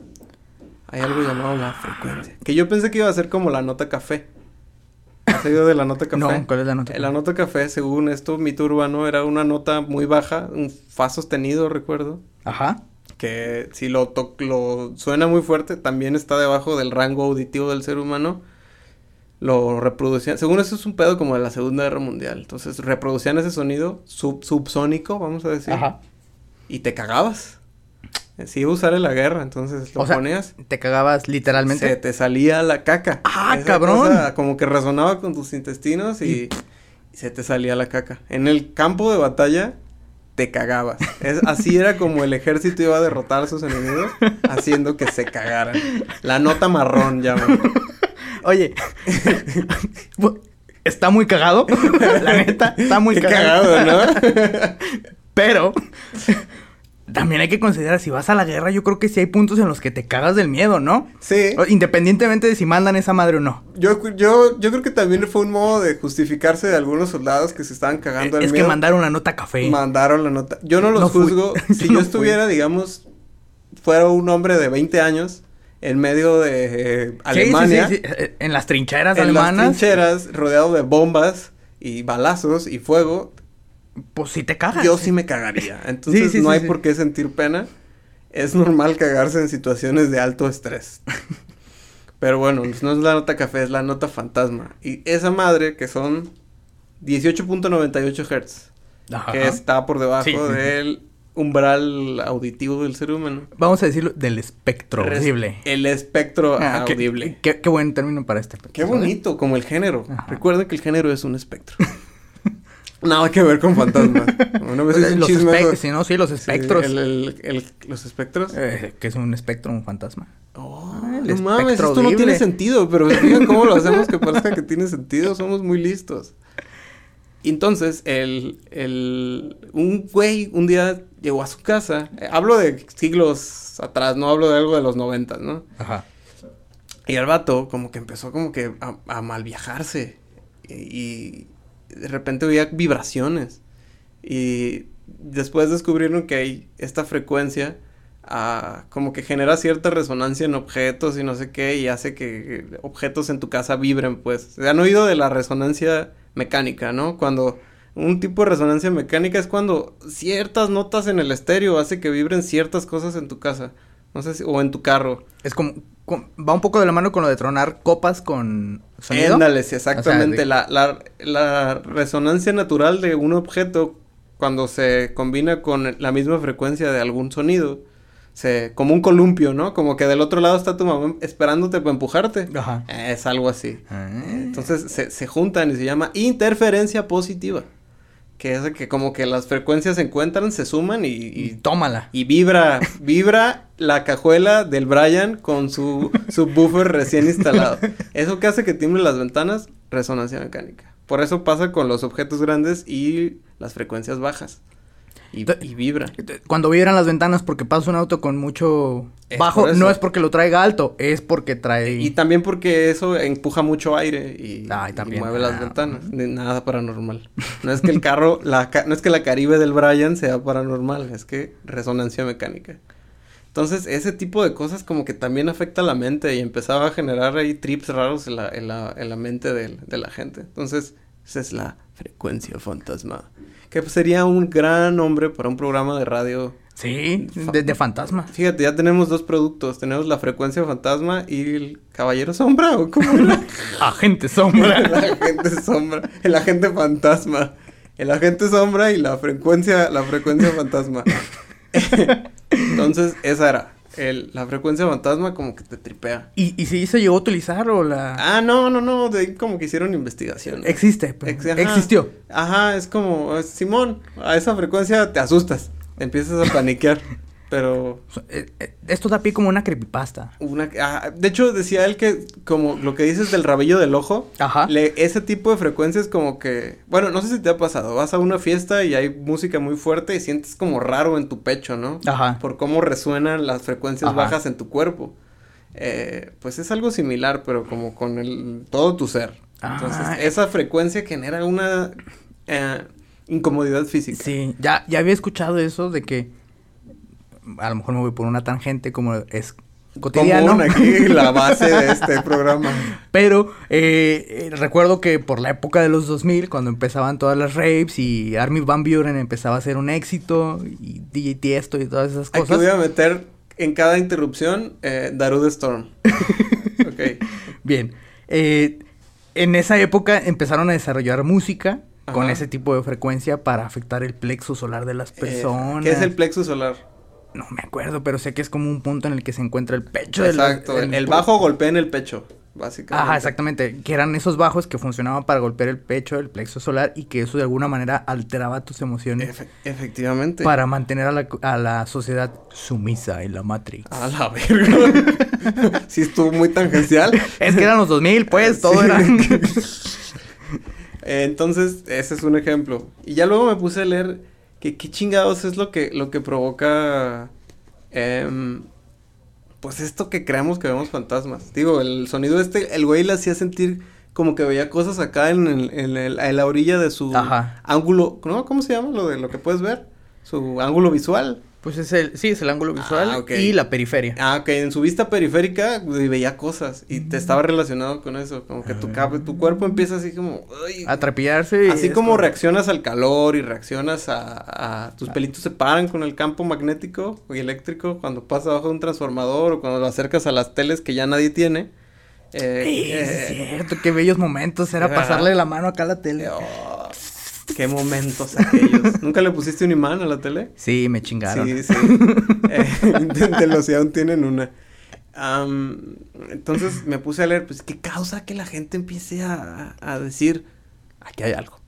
[SPEAKER 1] Hay algo llamado la frecuencia. Que yo pensé que iba a ser como la nota café. ¿Has oído de la nota café?
[SPEAKER 2] No, ¿cuál es la nota?
[SPEAKER 1] Eh, La nota café, según esto, mito urbano, era una nota muy baja, un fa sostenido, recuerdo.
[SPEAKER 2] Ajá.
[SPEAKER 1] Que si lo, to- lo suena muy fuerte, también está debajo del rango auditivo del ser humano. Lo reproducían, según eso es un pedo como de la Segunda Guerra Mundial. Entonces reproducían ese sonido sub- subsónico, vamos a decir,
[SPEAKER 2] Ajá.
[SPEAKER 1] y te cagabas. Eh, Si iba a usar en la guerra, entonces lo
[SPEAKER 2] O sea,
[SPEAKER 1] ponías,
[SPEAKER 2] Te cagabas literalmente.
[SPEAKER 1] se te salía la caca.
[SPEAKER 2] ¡Ah, cabrón!
[SPEAKER 1] como que resonaba con tus intestinos y, y se te salía la caca. En el campo de batalla te cagabas. Es, así era como el ejército iba a derrotar a sus enemigos, haciendo que se cagaran. La nota marrón, ya.
[SPEAKER 2] Oye. bu- está muy cagado. la neta, está muy
[SPEAKER 1] Qué cagado, ¿no?
[SPEAKER 2] Pero también hay que considerar si vas a la guerra, yo creo que sí hay puntos en los que te cagas del miedo, ¿no?
[SPEAKER 1] sí.
[SPEAKER 2] O- Independientemente de si mandan esa madre o no.
[SPEAKER 1] Yo, yo, yo creo que también fue un modo de justificarse de algunos soldados que se estaban cagando al
[SPEAKER 2] es que
[SPEAKER 1] miedo.
[SPEAKER 2] mandaron la nota café.
[SPEAKER 1] Mandaron la nota. Yo no los
[SPEAKER 2] No fui.
[SPEAKER 1] juzgo.
[SPEAKER 2] Yo
[SPEAKER 1] si
[SPEAKER 2] no
[SPEAKER 1] yo
[SPEAKER 2] fui.
[SPEAKER 1] estuviera, digamos, fuera un hombre de 20 años en medio de eh,
[SPEAKER 2] Sí, sí,
[SPEAKER 1] Alemania,
[SPEAKER 2] sí, sí, eh, En las trincheras
[SPEAKER 1] en las
[SPEAKER 2] alemanas,
[SPEAKER 1] trincheras, rodeado de bombas y balazos y fuego,
[SPEAKER 2] pues sí te cagas.
[SPEAKER 1] yo sí me cagaría. Entonces
[SPEAKER 2] Sí, sí,
[SPEAKER 1] no
[SPEAKER 2] sí,
[SPEAKER 1] hay
[SPEAKER 2] sí.
[SPEAKER 1] por qué sentir pena. Es normal cagarse en situaciones de alto estrés. Pero bueno, pues, no es la nota café, es la nota fantasma. Y esa madre que son 18.98 hertz
[SPEAKER 2] Ajá.
[SPEAKER 1] que está por debajo
[SPEAKER 2] Sí.
[SPEAKER 1] del umbral auditivo del ser humano.
[SPEAKER 2] Vamos a decirlo del espectro
[SPEAKER 1] Res-
[SPEAKER 2] audible.
[SPEAKER 1] El espectro
[SPEAKER 2] Ah, qué-
[SPEAKER 1] audible. Qué,
[SPEAKER 2] Qué, qué buen término para este. episodio.
[SPEAKER 1] bonito, como el género.
[SPEAKER 2] Ajá.
[SPEAKER 1] Recuerden que el género es un espectro. Nada que ver con fantasmas. Una vez hice un
[SPEAKER 2] los
[SPEAKER 1] chisme.
[SPEAKER 2] espe-
[SPEAKER 1] eso-
[SPEAKER 2] sí, no, sí, los
[SPEAKER 1] sí,
[SPEAKER 2] espectros.
[SPEAKER 1] el- el- el- los espectros.
[SPEAKER 2] Eh, que es un espectro, un fantasma.
[SPEAKER 1] Oh,
[SPEAKER 2] Ah, el
[SPEAKER 1] no mames,
[SPEAKER 2] espectro
[SPEAKER 1] esto no tiene
[SPEAKER 2] horrible.
[SPEAKER 1] sentido, pero digan cómo lo hacemos que parezca que tiene sentido, somos muy listos. Y Entonces, el, el, un güey un día llegó a su casa, eh, hablo de siglos atrás, no hablo de algo de los noventas, ¿no?
[SPEAKER 2] Ajá.
[SPEAKER 1] Y el vato como que empezó como que a, a mal viajarse. Y, y de repente oía vibraciones. Y después descubrieron que hay esta frecuencia ah, como que genera cierta resonancia en objetos y no sé qué y hace que objetos en tu casa vibren, pues. Se han oído de la resonancia mecánica, ¿no? Cuando un tipo de resonancia mecánica es cuando ciertas notas en el estéreo hace que vibren ciertas cosas en tu casa. No sé si, o en tu carro.
[SPEAKER 2] Es como, con- va un poco de la mano con lo de tronar copas con sonido.
[SPEAKER 1] Ándale, sí, exactamente.
[SPEAKER 2] O sea, de-
[SPEAKER 1] la, la- la resonancia natural de un objeto cuando se combina con la misma frecuencia de algún sonido. Se, como un columpio, ¿no? Como que del otro lado está tu mamá esperándote para empujarte.
[SPEAKER 2] Ajá.
[SPEAKER 1] Eh, Es algo así.
[SPEAKER 2] Ah.
[SPEAKER 1] Entonces se, se juntan y se llama interferencia positiva. Que es que como que las frecuencias se encuentran, se suman y-
[SPEAKER 2] Eh, y
[SPEAKER 1] y
[SPEAKER 2] tómala.
[SPEAKER 1] y vibra, vibra la cajuela del Brian con su subwoofer recién instalado. Eso que hace que tiemblen las ventanas, resonancia mecánica. Por eso pasa con los objetos grandes y las frecuencias bajas. Y,
[SPEAKER 2] Te-
[SPEAKER 1] y vibra.
[SPEAKER 2] Cuando vibran las ventanas porque pasa un auto con mucho
[SPEAKER 1] Es
[SPEAKER 2] bajo,
[SPEAKER 1] por eso.
[SPEAKER 2] no es porque lo traiga alto, es porque trae...
[SPEAKER 1] Y también porque eso empuja mucho aire y,
[SPEAKER 2] Ay,
[SPEAKER 1] y
[SPEAKER 2] también.
[SPEAKER 1] mueve
[SPEAKER 2] Ah.
[SPEAKER 1] las ventanas. Ni- Nada paranormal. No es que el carro, la, ca- no es que la Caribe del Brian sea paranormal, es que resonancia mecánica. Entonces, ese tipo de cosas como que también afecta a la mente y empezaba a generar ahí trips raros en la, en la, en la mente del- de, la gente. Entonces, esa es la frecuencia fantasma. Que pues, sería un gran nombre para un programa de radio
[SPEAKER 2] Sí, de, de fantasma.
[SPEAKER 1] Fíjate, ya tenemos dos productos. Tenemos la frecuencia fantasma y el caballero sombra, ¿o cómo era?
[SPEAKER 2] Agente sombra.
[SPEAKER 1] el agente sombra, el agente fantasma. El agente sombra y la frecuencia, la frecuencia fantasma. Entonces, esa era. El, la frecuencia fantasma como que te tripea.
[SPEAKER 2] ¿Y, y si se llegó a utilizar o la...
[SPEAKER 1] Ah, no, no, no, de ahí como que hicieron investigación.
[SPEAKER 2] Existe, pero-
[SPEAKER 1] Ex- ajá.
[SPEAKER 2] existió.
[SPEAKER 1] Ajá, es como, eh, Simón, a esa frecuencia te asustas, te empiezas a paniquear, pero
[SPEAKER 2] So- eh, eh, Esto da pie como una creepypasta.
[SPEAKER 1] Una, ah, de hecho, decía él que, como lo que dices del rabillo del ojo,
[SPEAKER 2] Ajá.
[SPEAKER 1] le- ese tipo de frecuencias como que, bueno, no sé si te ha pasado, vas a una fiesta y hay música muy fuerte y sientes como raro en tu pecho, ¿no?
[SPEAKER 2] Ajá.
[SPEAKER 1] Por cómo resuenan las frecuencias
[SPEAKER 2] Ah. Ajá.
[SPEAKER 1] bajas en tu cuerpo. Eh, pues es algo similar, pero como con el, todo tu ser.
[SPEAKER 2] Ah,
[SPEAKER 1] Entonces,
[SPEAKER 2] eh.
[SPEAKER 1] esa frecuencia genera una eh, incomodidad física.
[SPEAKER 2] Sí, ya, ya había escuchado eso de que... A lo mejor me voy por una tangente como es cotidiano.
[SPEAKER 1] Común aquí, la base de este programa.
[SPEAKER 2] Pero eh, eh, recuerdo que por la época de los 2000, cuando empezaban todas las raves y Army Van Buren empezaba a ser un éxito y DJ Tiesto y todas esas
[SPEAKER 1] Aquí voy
[SPEAKER 2] cosas.
[SPEAKER 1] a meter en cada interrupción eh, Darude Storm. ok.
[SPEAKER 2] Bien, eh, en esa época empezaron a desarrollar música con
[SPEAKER 1] Ajá.
[SPEAKER 2] ese tipo de frecuencia para afectar el plexo solar de las
[SPEAKER 1] Eh,
[SPEAKER 2] personas.
[SPEAKER 1] ¿Qué es el plexo solar?
[SPEAKER 2] No me acuerdo, pero sé que es como un punto en el que se encuentra el pecho. de la-
[SPEAKER 1] Exacto. El,
[SPEAKER 2] del-
[SPEAKER 1] bajo golpea en el pecho, básicamente.
[SPEAKER 2] Ajá, exactamente. Que eran esos bajos que funcionaban para golpear el pecho, el plexo solar y que eso de alguna manera alteraba tus emociones.
[SPEAKER 1] Efe- efectivamente.
[SPEAKER 2] Para mantener a la, a la sociedad sumisa en la Matrix.
[SPEAKER 1] A la verga. sí estuvo muy tangencial.
[SPEAKER 2] Es que eran los 2000, pues, todo
[SPEAKER 1] Sí.
[SPEAKER 2] era...
[SPEAKER 1] Eh, entonces, ese es un ejemplo. Y ya luego me puse a leer que qué chingados es lo que, lo que provoca... em, pues esto que creamos que vemos fantasmas. Digo, el sonido este, el güey le hacía sentir como que veía cosas acá en, el- en el- en la orilla de su
[SPEAKER 2] Ajá.
[SPEAKER 1] ángulo... ¿no? ¿Cómo se llama lo de lo que puedes ver? Su ángulo visual.
[SPEAKER 2] Pues es el... Sí, es el ángulo visual
[SPEAKER 1] Ah, ok.
[SPEAKER 2] y la periferia.
[SPEAKER 1] Ah, ok, en su vista periférica güey, veía cosas y te estaba relacionado con eso. Como que tu, cab- tu cuerpo empieza así como... "Ay,
[SPEAKER 2] Atrapillarse. y
[SPEAKER 1] Así
[SPEAKER 2] es
[SPEAKER 1] como reaccionas al calor y reaccionas a, a-
[SPEAKER 2] Ah.
[SPEAKER 1] tus pelitos se paran con el campo magnético y eléctrico cuando pasa bajo un transformador o cuando lo acercas a las teles que ya nadie tiene. Eh,
[SPEAKER 2] Sí,
[SPEAKER 1] eh,
[SPEAKER 2] es cierto, qué bellos momentos. Era
[SPEAKER 1] ¿verdad?
[SPEAKER 2] pasarle la mano acá a la tele.
[SPEAKER 1] oh, qué momentos aquellos. ¿Nunca le pusiste un imán a la tele?
[SPEAKER 2] Sí, me chingaron.
[SPEAKER 1] Sí, Eh, sí. Inténtenlo si aún tienen una. Am, entonces me puse a leer, pues, ¿qué causa que la gente empiece a, a decir, aquí hay algo?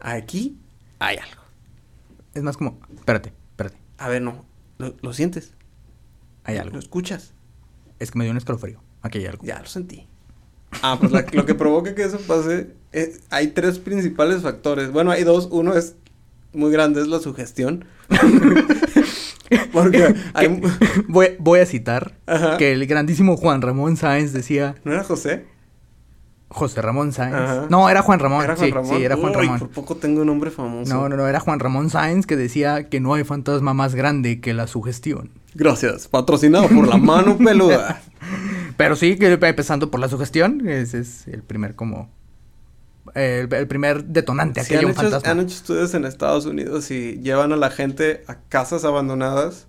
[SPEAKER 1] aquí hay algo.
[SPEAKER 2] Es más como, espérate, espérate,
[SPEAKER 1] A ver, no. Lo, lo sientes.
[SPEAKER 2] hay
[SPEAKER 1] Lo
[SPEAKER 2] algo.
[SPEAKER 1] escuchas.
[SPEAKER 2] Es que me dio un escalofrío. Aquí hay algo.
[SPEAKER 1] Ya lo sentí. Ah, pues la- lo que provoca que eso pase, es- hay tres principales factores. Bueno, hay dos. Uno es muy grande, es la sugestión. Porque hay... mu-
[SPEAKER 2] voy, voy a citar
[SPEAKER 1] Ajá.
[SPEAKER 2] que el grandísimo Juan Ramón Sáenz decía,
[SPEAKER 1] ¿No era José?
[SPEAKER 2] José Ramón Sáenz.
[SPEAKER 1] Ajá.
[SPEAKER 2] No, era Juan Ramón. sí, sí, era Juan
[SPEAKER 1] Uy,
[SPEAKER 2] Ramón.
[SPEAKER 1] por poco tengo un nombre famoso.
[SPEAKER 2] No, no, no, era Juan Ramón Sáenz que decía que no hay fantasma más grande que la sugestión.
[SPEAKER 1] Gracias. Patrocinado por la mano peluda.
[SPEAKER 2] Pero sí, que empezando por la sugestión, ese es el primer como... eh, El, el primer detonante a
[SPEAKER 1] Sí,
[SPEAKER 2] que haya
[SPEAKER 1] han,
[SPEAKER 2] un
[SPEAKER 1] hecho,
[SPEAKER 2] fantasma.
[SPEAKER 1] han hecho estudios en Estados Unidos y llevan a la gente a casas abandonadas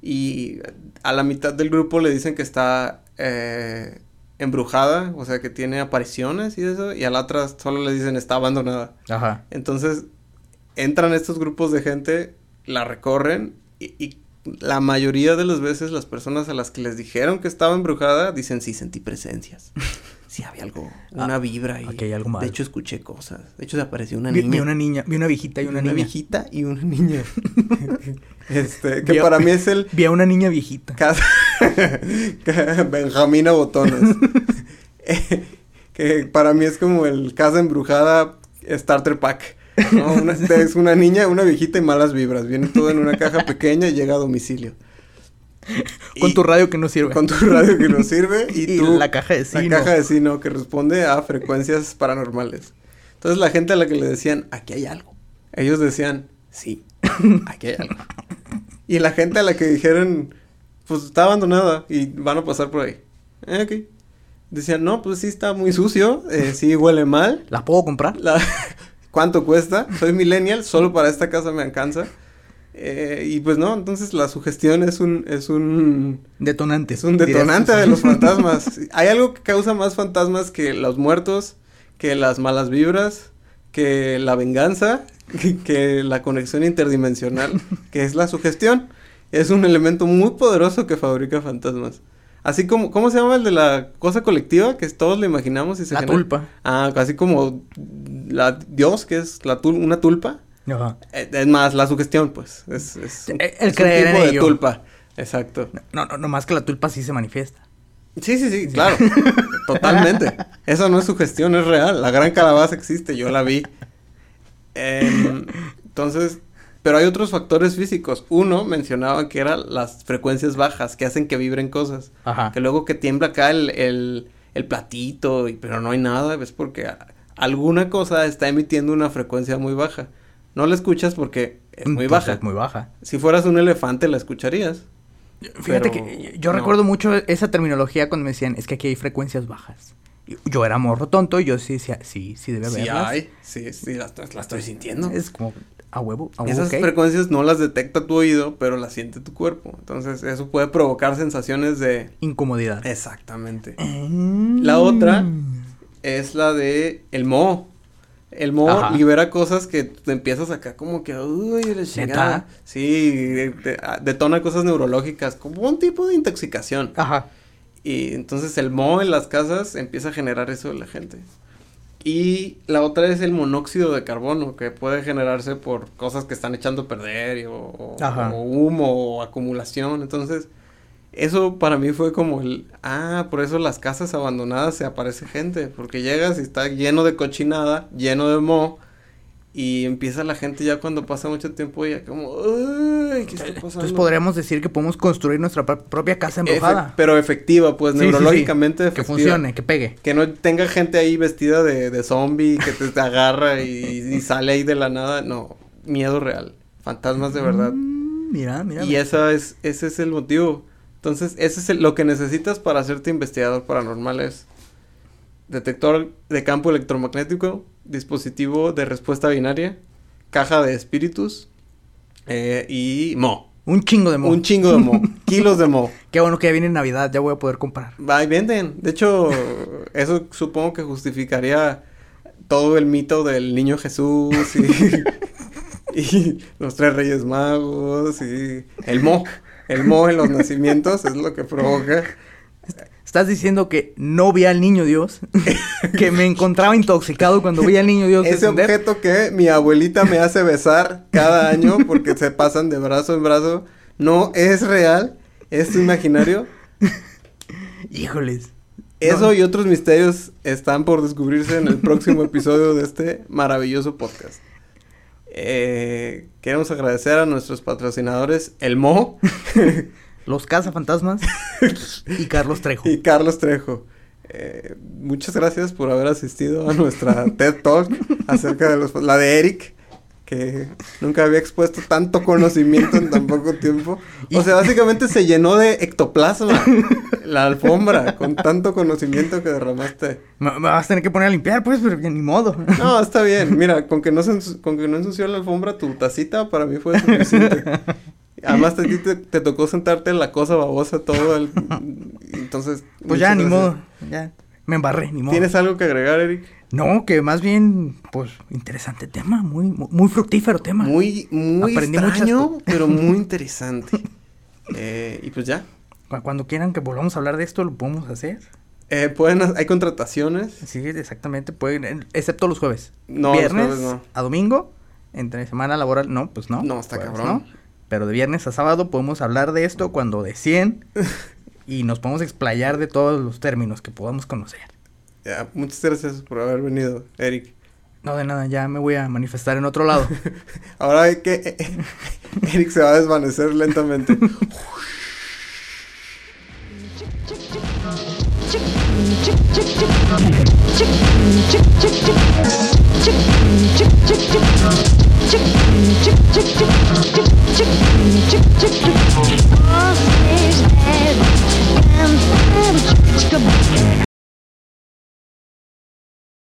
[SPEAKER 1] y a la mitad del grupo le dicen que está eh, embrujada, o sea, que tiene apariciones y eso, y a la otra solo le dicen está abandonada.
[SPEAKER 2] Ajá.
[SPEAKER 1] Entonces entran estos grupos de gente, la recorren y, y la mayoría de las veces las personas a las que les dijeron que estaba embrujada dicen sí sentí presencias. Sí, había algo, una vibra y
[SPEAKER 2] Ah, ok, algo malo.
[SPEAKER 1] de hecho escuché cosas. De hecho se apareció una
[SPEAKER 2] Vi,
[SPEAKER 1] niña.
[SPEAKER 2] vi una niña, vi una viejita y una, niña.
[SPEAKER 1] viejita y una niña. este, que
[SPEAKER 2] Vi a-
[SPEAKER 1] para mí es el
[SPEAKER 2] Vi a una niña viejita.
[SPEAKER 1] Casa- Benjamina Botones. Eh, que para mí es como el casa embrujada Starter Pack. ¿no? Una- es una niña, una viejita y malas vibras. Viene todo en una caja pequeña y llega a domicilio.
[SPEAKER 2] Con
[SPEAKER 1] Y-
[SPEAKER 2] tu radio que no sirve.
[SPEAKER 1] con tu radio que nos sirve y,
[SPEAKER 2] Y
[SPEAKER 1] tú-
[SPEAKER 2] la caja de sí,
[SPEAKER 1] La
[SPEAKER 2] no.
[SPEAKER 1] caja de sí, no, que responde a frecuencias paranormales. Entonces la gente a la que le decían, aquí hay algo. Ellos decían, sí, aquí hay algo. Y la gente a la que dijeron, pues está abandonada y van a pasar por ahí. "Eh, ok". Decían, no, pues sí está muy sucio, eh, sí huele mal.
[SPEAKER 2] ¿La puedo comprar?
[SPEAKER 1] La- ¿Cuánto cuesta? Soy millennial, solo para esta casa me alcanza. Eh, y pues no, entonces la sugestión es un, es un
[SPEAKER 2] Detonante.
[SPEAKER 1] es un
[SPEAKER 2] dirías.
[SPEAKER 1] detonante de los fantasmas. Hay algo que causa más fantasmas que los muertos, que las malas vibras, que la venganza, que, que la conexión interdimensional, que es la sugestión. Es un elemento muy poderoso que fabrica fantasmas. Así como, ¿cómo se llama el de la cosa colectiva? Que todos le imaginamos y se
[SPEAKER 2] La
[SPEAKER 1] genera?
[SPEAKER 2] tulpa.
[SPEAKER 1] Ah, así como la Dios, que es la tul- una tulpa.
[SPEAKER 2] Ajá.
[SPEAKER 1] Eh, Es más, la sugestión, pues. Es, es un-
[SPEAKER 2] El- el
[SPEAKER 1] es un
[SPEAKER 2] creer en
[SPEAKER 1] tipo de
[SPEAKER 2] ello.
[SPEAKER 1] tulpa. Exacto.
[SPEAKER 2] No, no, no más que la tulpa sí se manifiesta.
[SPEAKER 1] Sí, sí, sí, claro. Totalmente. Eso no es sugestión, es real. La gran calabaza existe, yo la vi. Em, entonces, pero hay otros factores físicos. Uno mencionaba que eran las frecuencias bajas que hacen que vibren cosas.
[SPEAKER 2] Ajá.
[SPEAKER 1] Que luego que tiembla acá el, el- el platito, y, pero no hay nada, es porque a- alguna cosa está emitiendo una frecuencia muy baja. No la escuchas porque es muy
[SPEAKER 2] Entonces,
[SPEAKER 1] baja.
[SPEAKER 2] Es muy baja.
[SPEAKER 1] Si fueras un elefante la escucharías.
[SPEAKER 2] Fíjate
[SPEAKER 1] Pero,
[SPEAKER 2] que yo
[SPEAKER 1] no.
[SPEAKER 2] recuerdo mucho esa terminología cuando me decían, es que aquí hay frecuencias bajas. Y Yo era morro tonto y yo sí decía, sí, sí debe
[SPEAKER 1] Sí
[SPEAKER 2] haberlas.
[SPEAKER 1] hay, sí, sí, la, estoy- la estoy sintiendo.
[SPEAKER 2] Es como, a huevo, a huevo,
[SPEAKER 1] Esas
[SPEAKER 2] Ah, ok.
[SPEAKER 1] frecuencias no las detecta tu oído, pero las siente tu cuerpo. Entonces, eso puede provocar sensaciones de...
[SPEAKER 2] Incomodidad.
[SPEAKER 1] Exactamente. Eh, La otra es la de el moho. El moho
[SPEAKER 2] Ajá.
[SPEAKER 1] libera cosas que te empiezas acá como que... Uy, la chingada". Sí, de- de- a- detona cosas neurológicas, como un tipo de intoxicación.
[SPEAKER 2] Ajá.
[SPEAKER 1] Y entonces el moho en las casas empieza a generar eso en la gente. Y la otra es el monóxido de carbono, que puede generarse por cosas que están echando a perder y- o, o-
[SPEAKER 2] Ajá.
[SPEAKER 1] o humo o acumulación. Entonces, eso para mí fue como el, ah, por eso las casas abandonadas se aparece gente, porque llegas y está lleno de cochinada, lleno de moho. Y empieza la gente ya cuando pasa mucho tiempo ya como, "Ay, ¿qué está pasando?
[SPEAKER 2] Entonces podríamos decir que podemos construir nuestra pro- propia casa embrujada.
[SPEAKER 1] Efe- pero efectiva, pues
[SPEAKER 2] Sí, sí, sí.
[SPEAKER 1] neurológicamente
[SPEAKER 2] Que
[SPEAKER 1] efectiva.
[SPEAKER 2] funcione, que pegue.
[SPEAKER 1] Que no tenga gente ahí vestida de, de zombie que te, te agarra y, y sale ahí de la nada. No, miedo real. Fantasmas de verdad.
[SPEAKER 2] Mm, Mira, mira.
[SPEAKER 1] Y esa es, ese es el motivo. Entonces, ese es el- lo que necesitas para hacerte investigador paranormal es detector de campo electromagnético, dispositivo de respuesta binaria, caja de espíritus eh, y mo.
[SPEAKER 2] Un chingo de moho.
[SPEAKER 1] Un chingo de mo. kilos de mo.
[SPEAKER 2] Qué bueno que ya viene Navidad, ya voy a poder comprar.
[SPEAKER 1] Va y venden. De hecho, eso supongo que justificaría todo el mito del niño Jesús y, y los tres reyes magos y el mo. El mo en los nacimientos es lo que provoca
[SPEAKER 2] Estás diciendo que no vi al niño Dios, que me encontraba intoxicado cuando vi al niño Dios.
[SPEAKER 1] Ese
[SPEAKER 2] descender.
[SPEAKER 1] objeto que mi abuelita me hace besar cada año porque se pasan de brazo en brazo, no es real, es imaginario.
[SPEAKER 2] Híjoles.
[SPEAKER 1] Eso
[SPEAKER 2] No.
[SPEAKER 1] y otros misterios están por descubrirse en el próximo episodio de este maravilloso podcast. Eh, queremos agradecer a nuestros patrocinadores El Mo
[SPEAKER 2] Los cazafantasmas y Carlos Trejo.
[SPEAKER 1] y Carlos Trejo. Eh, muchas gracias por haber asistido a nuestra TED Talk acerca de los... La de Eric, que nunca había expuesto tanto conocimiento en tan poco tiempo. O sea, básicamente se llenó de ectoplasma la alfombra con tanto conocimiento que derramaste.
[SPEAKER 2] Me, me vas a tener que poner a limpiar, pues, pero ya ni modo.
[SPEAKER 1] No, está bien. Mira, con que no, se ensu- con que no ensució la alfombra tu tacita, para mí fue suficiente. Además, a ti te, te tocó sentarte en la cosa babosa todo el... Entonces...
[SPEAKER 2] Pues ya,
[SPEAKER 1] muchas
[SPEAKER 2] ni
[SPEAKER 1] gracias.
[SPEAKER 2] modo. Ya. Me embarré, ni modo.
[SPEAKER 1] ¿Tienes algo que agregar, Eric?
[SPEAKER 2] No, que más bien, pues, interesante tema, muy, muy, muy fructífero tema.
[SPEAKER 1] Muy, muy
[SPEAKER 2] Aprendí muchas
[SPEAKER 1] extraño, pero muy interesante. Eh, y pues ya.
[SPEAKER 2] Cu- Cuando quieran que volvamos a hablar de esto, lo podemos hacer.
[SPEAKER 1] Eh, pueden... ha- Hay contrataciones.
[SPEAKER 2] Sí, exactamente, pueden, eh, excepto los jueves.
[SPEAKER 1] No, los
[SPEAKER 2] viernes
[SPEAKER 1] jueves no.
[SPEAKER 2] a domingo, entre semana laboral, no, pues no.
[SPEAKER 1] No, está
[SPEAKER 2] jueves
[SPEAKER 1] cabrón.
[SPEAKER 2] Pero de viernes a sábado podemos hablar de esto cuando de 100 y nos podemos explayar de todos los términos que podamos conocer.
[SPEAKER 1] Ya, muchas gracias por haber venido, Eric.
[SPEAKER 2] No, de nada, ya me voy a manifestar en otro lado.
[SPEAKER 1] Ahora hay que... Eric se va a desvanecer lentamente.
[SPEAKER 3] Chick,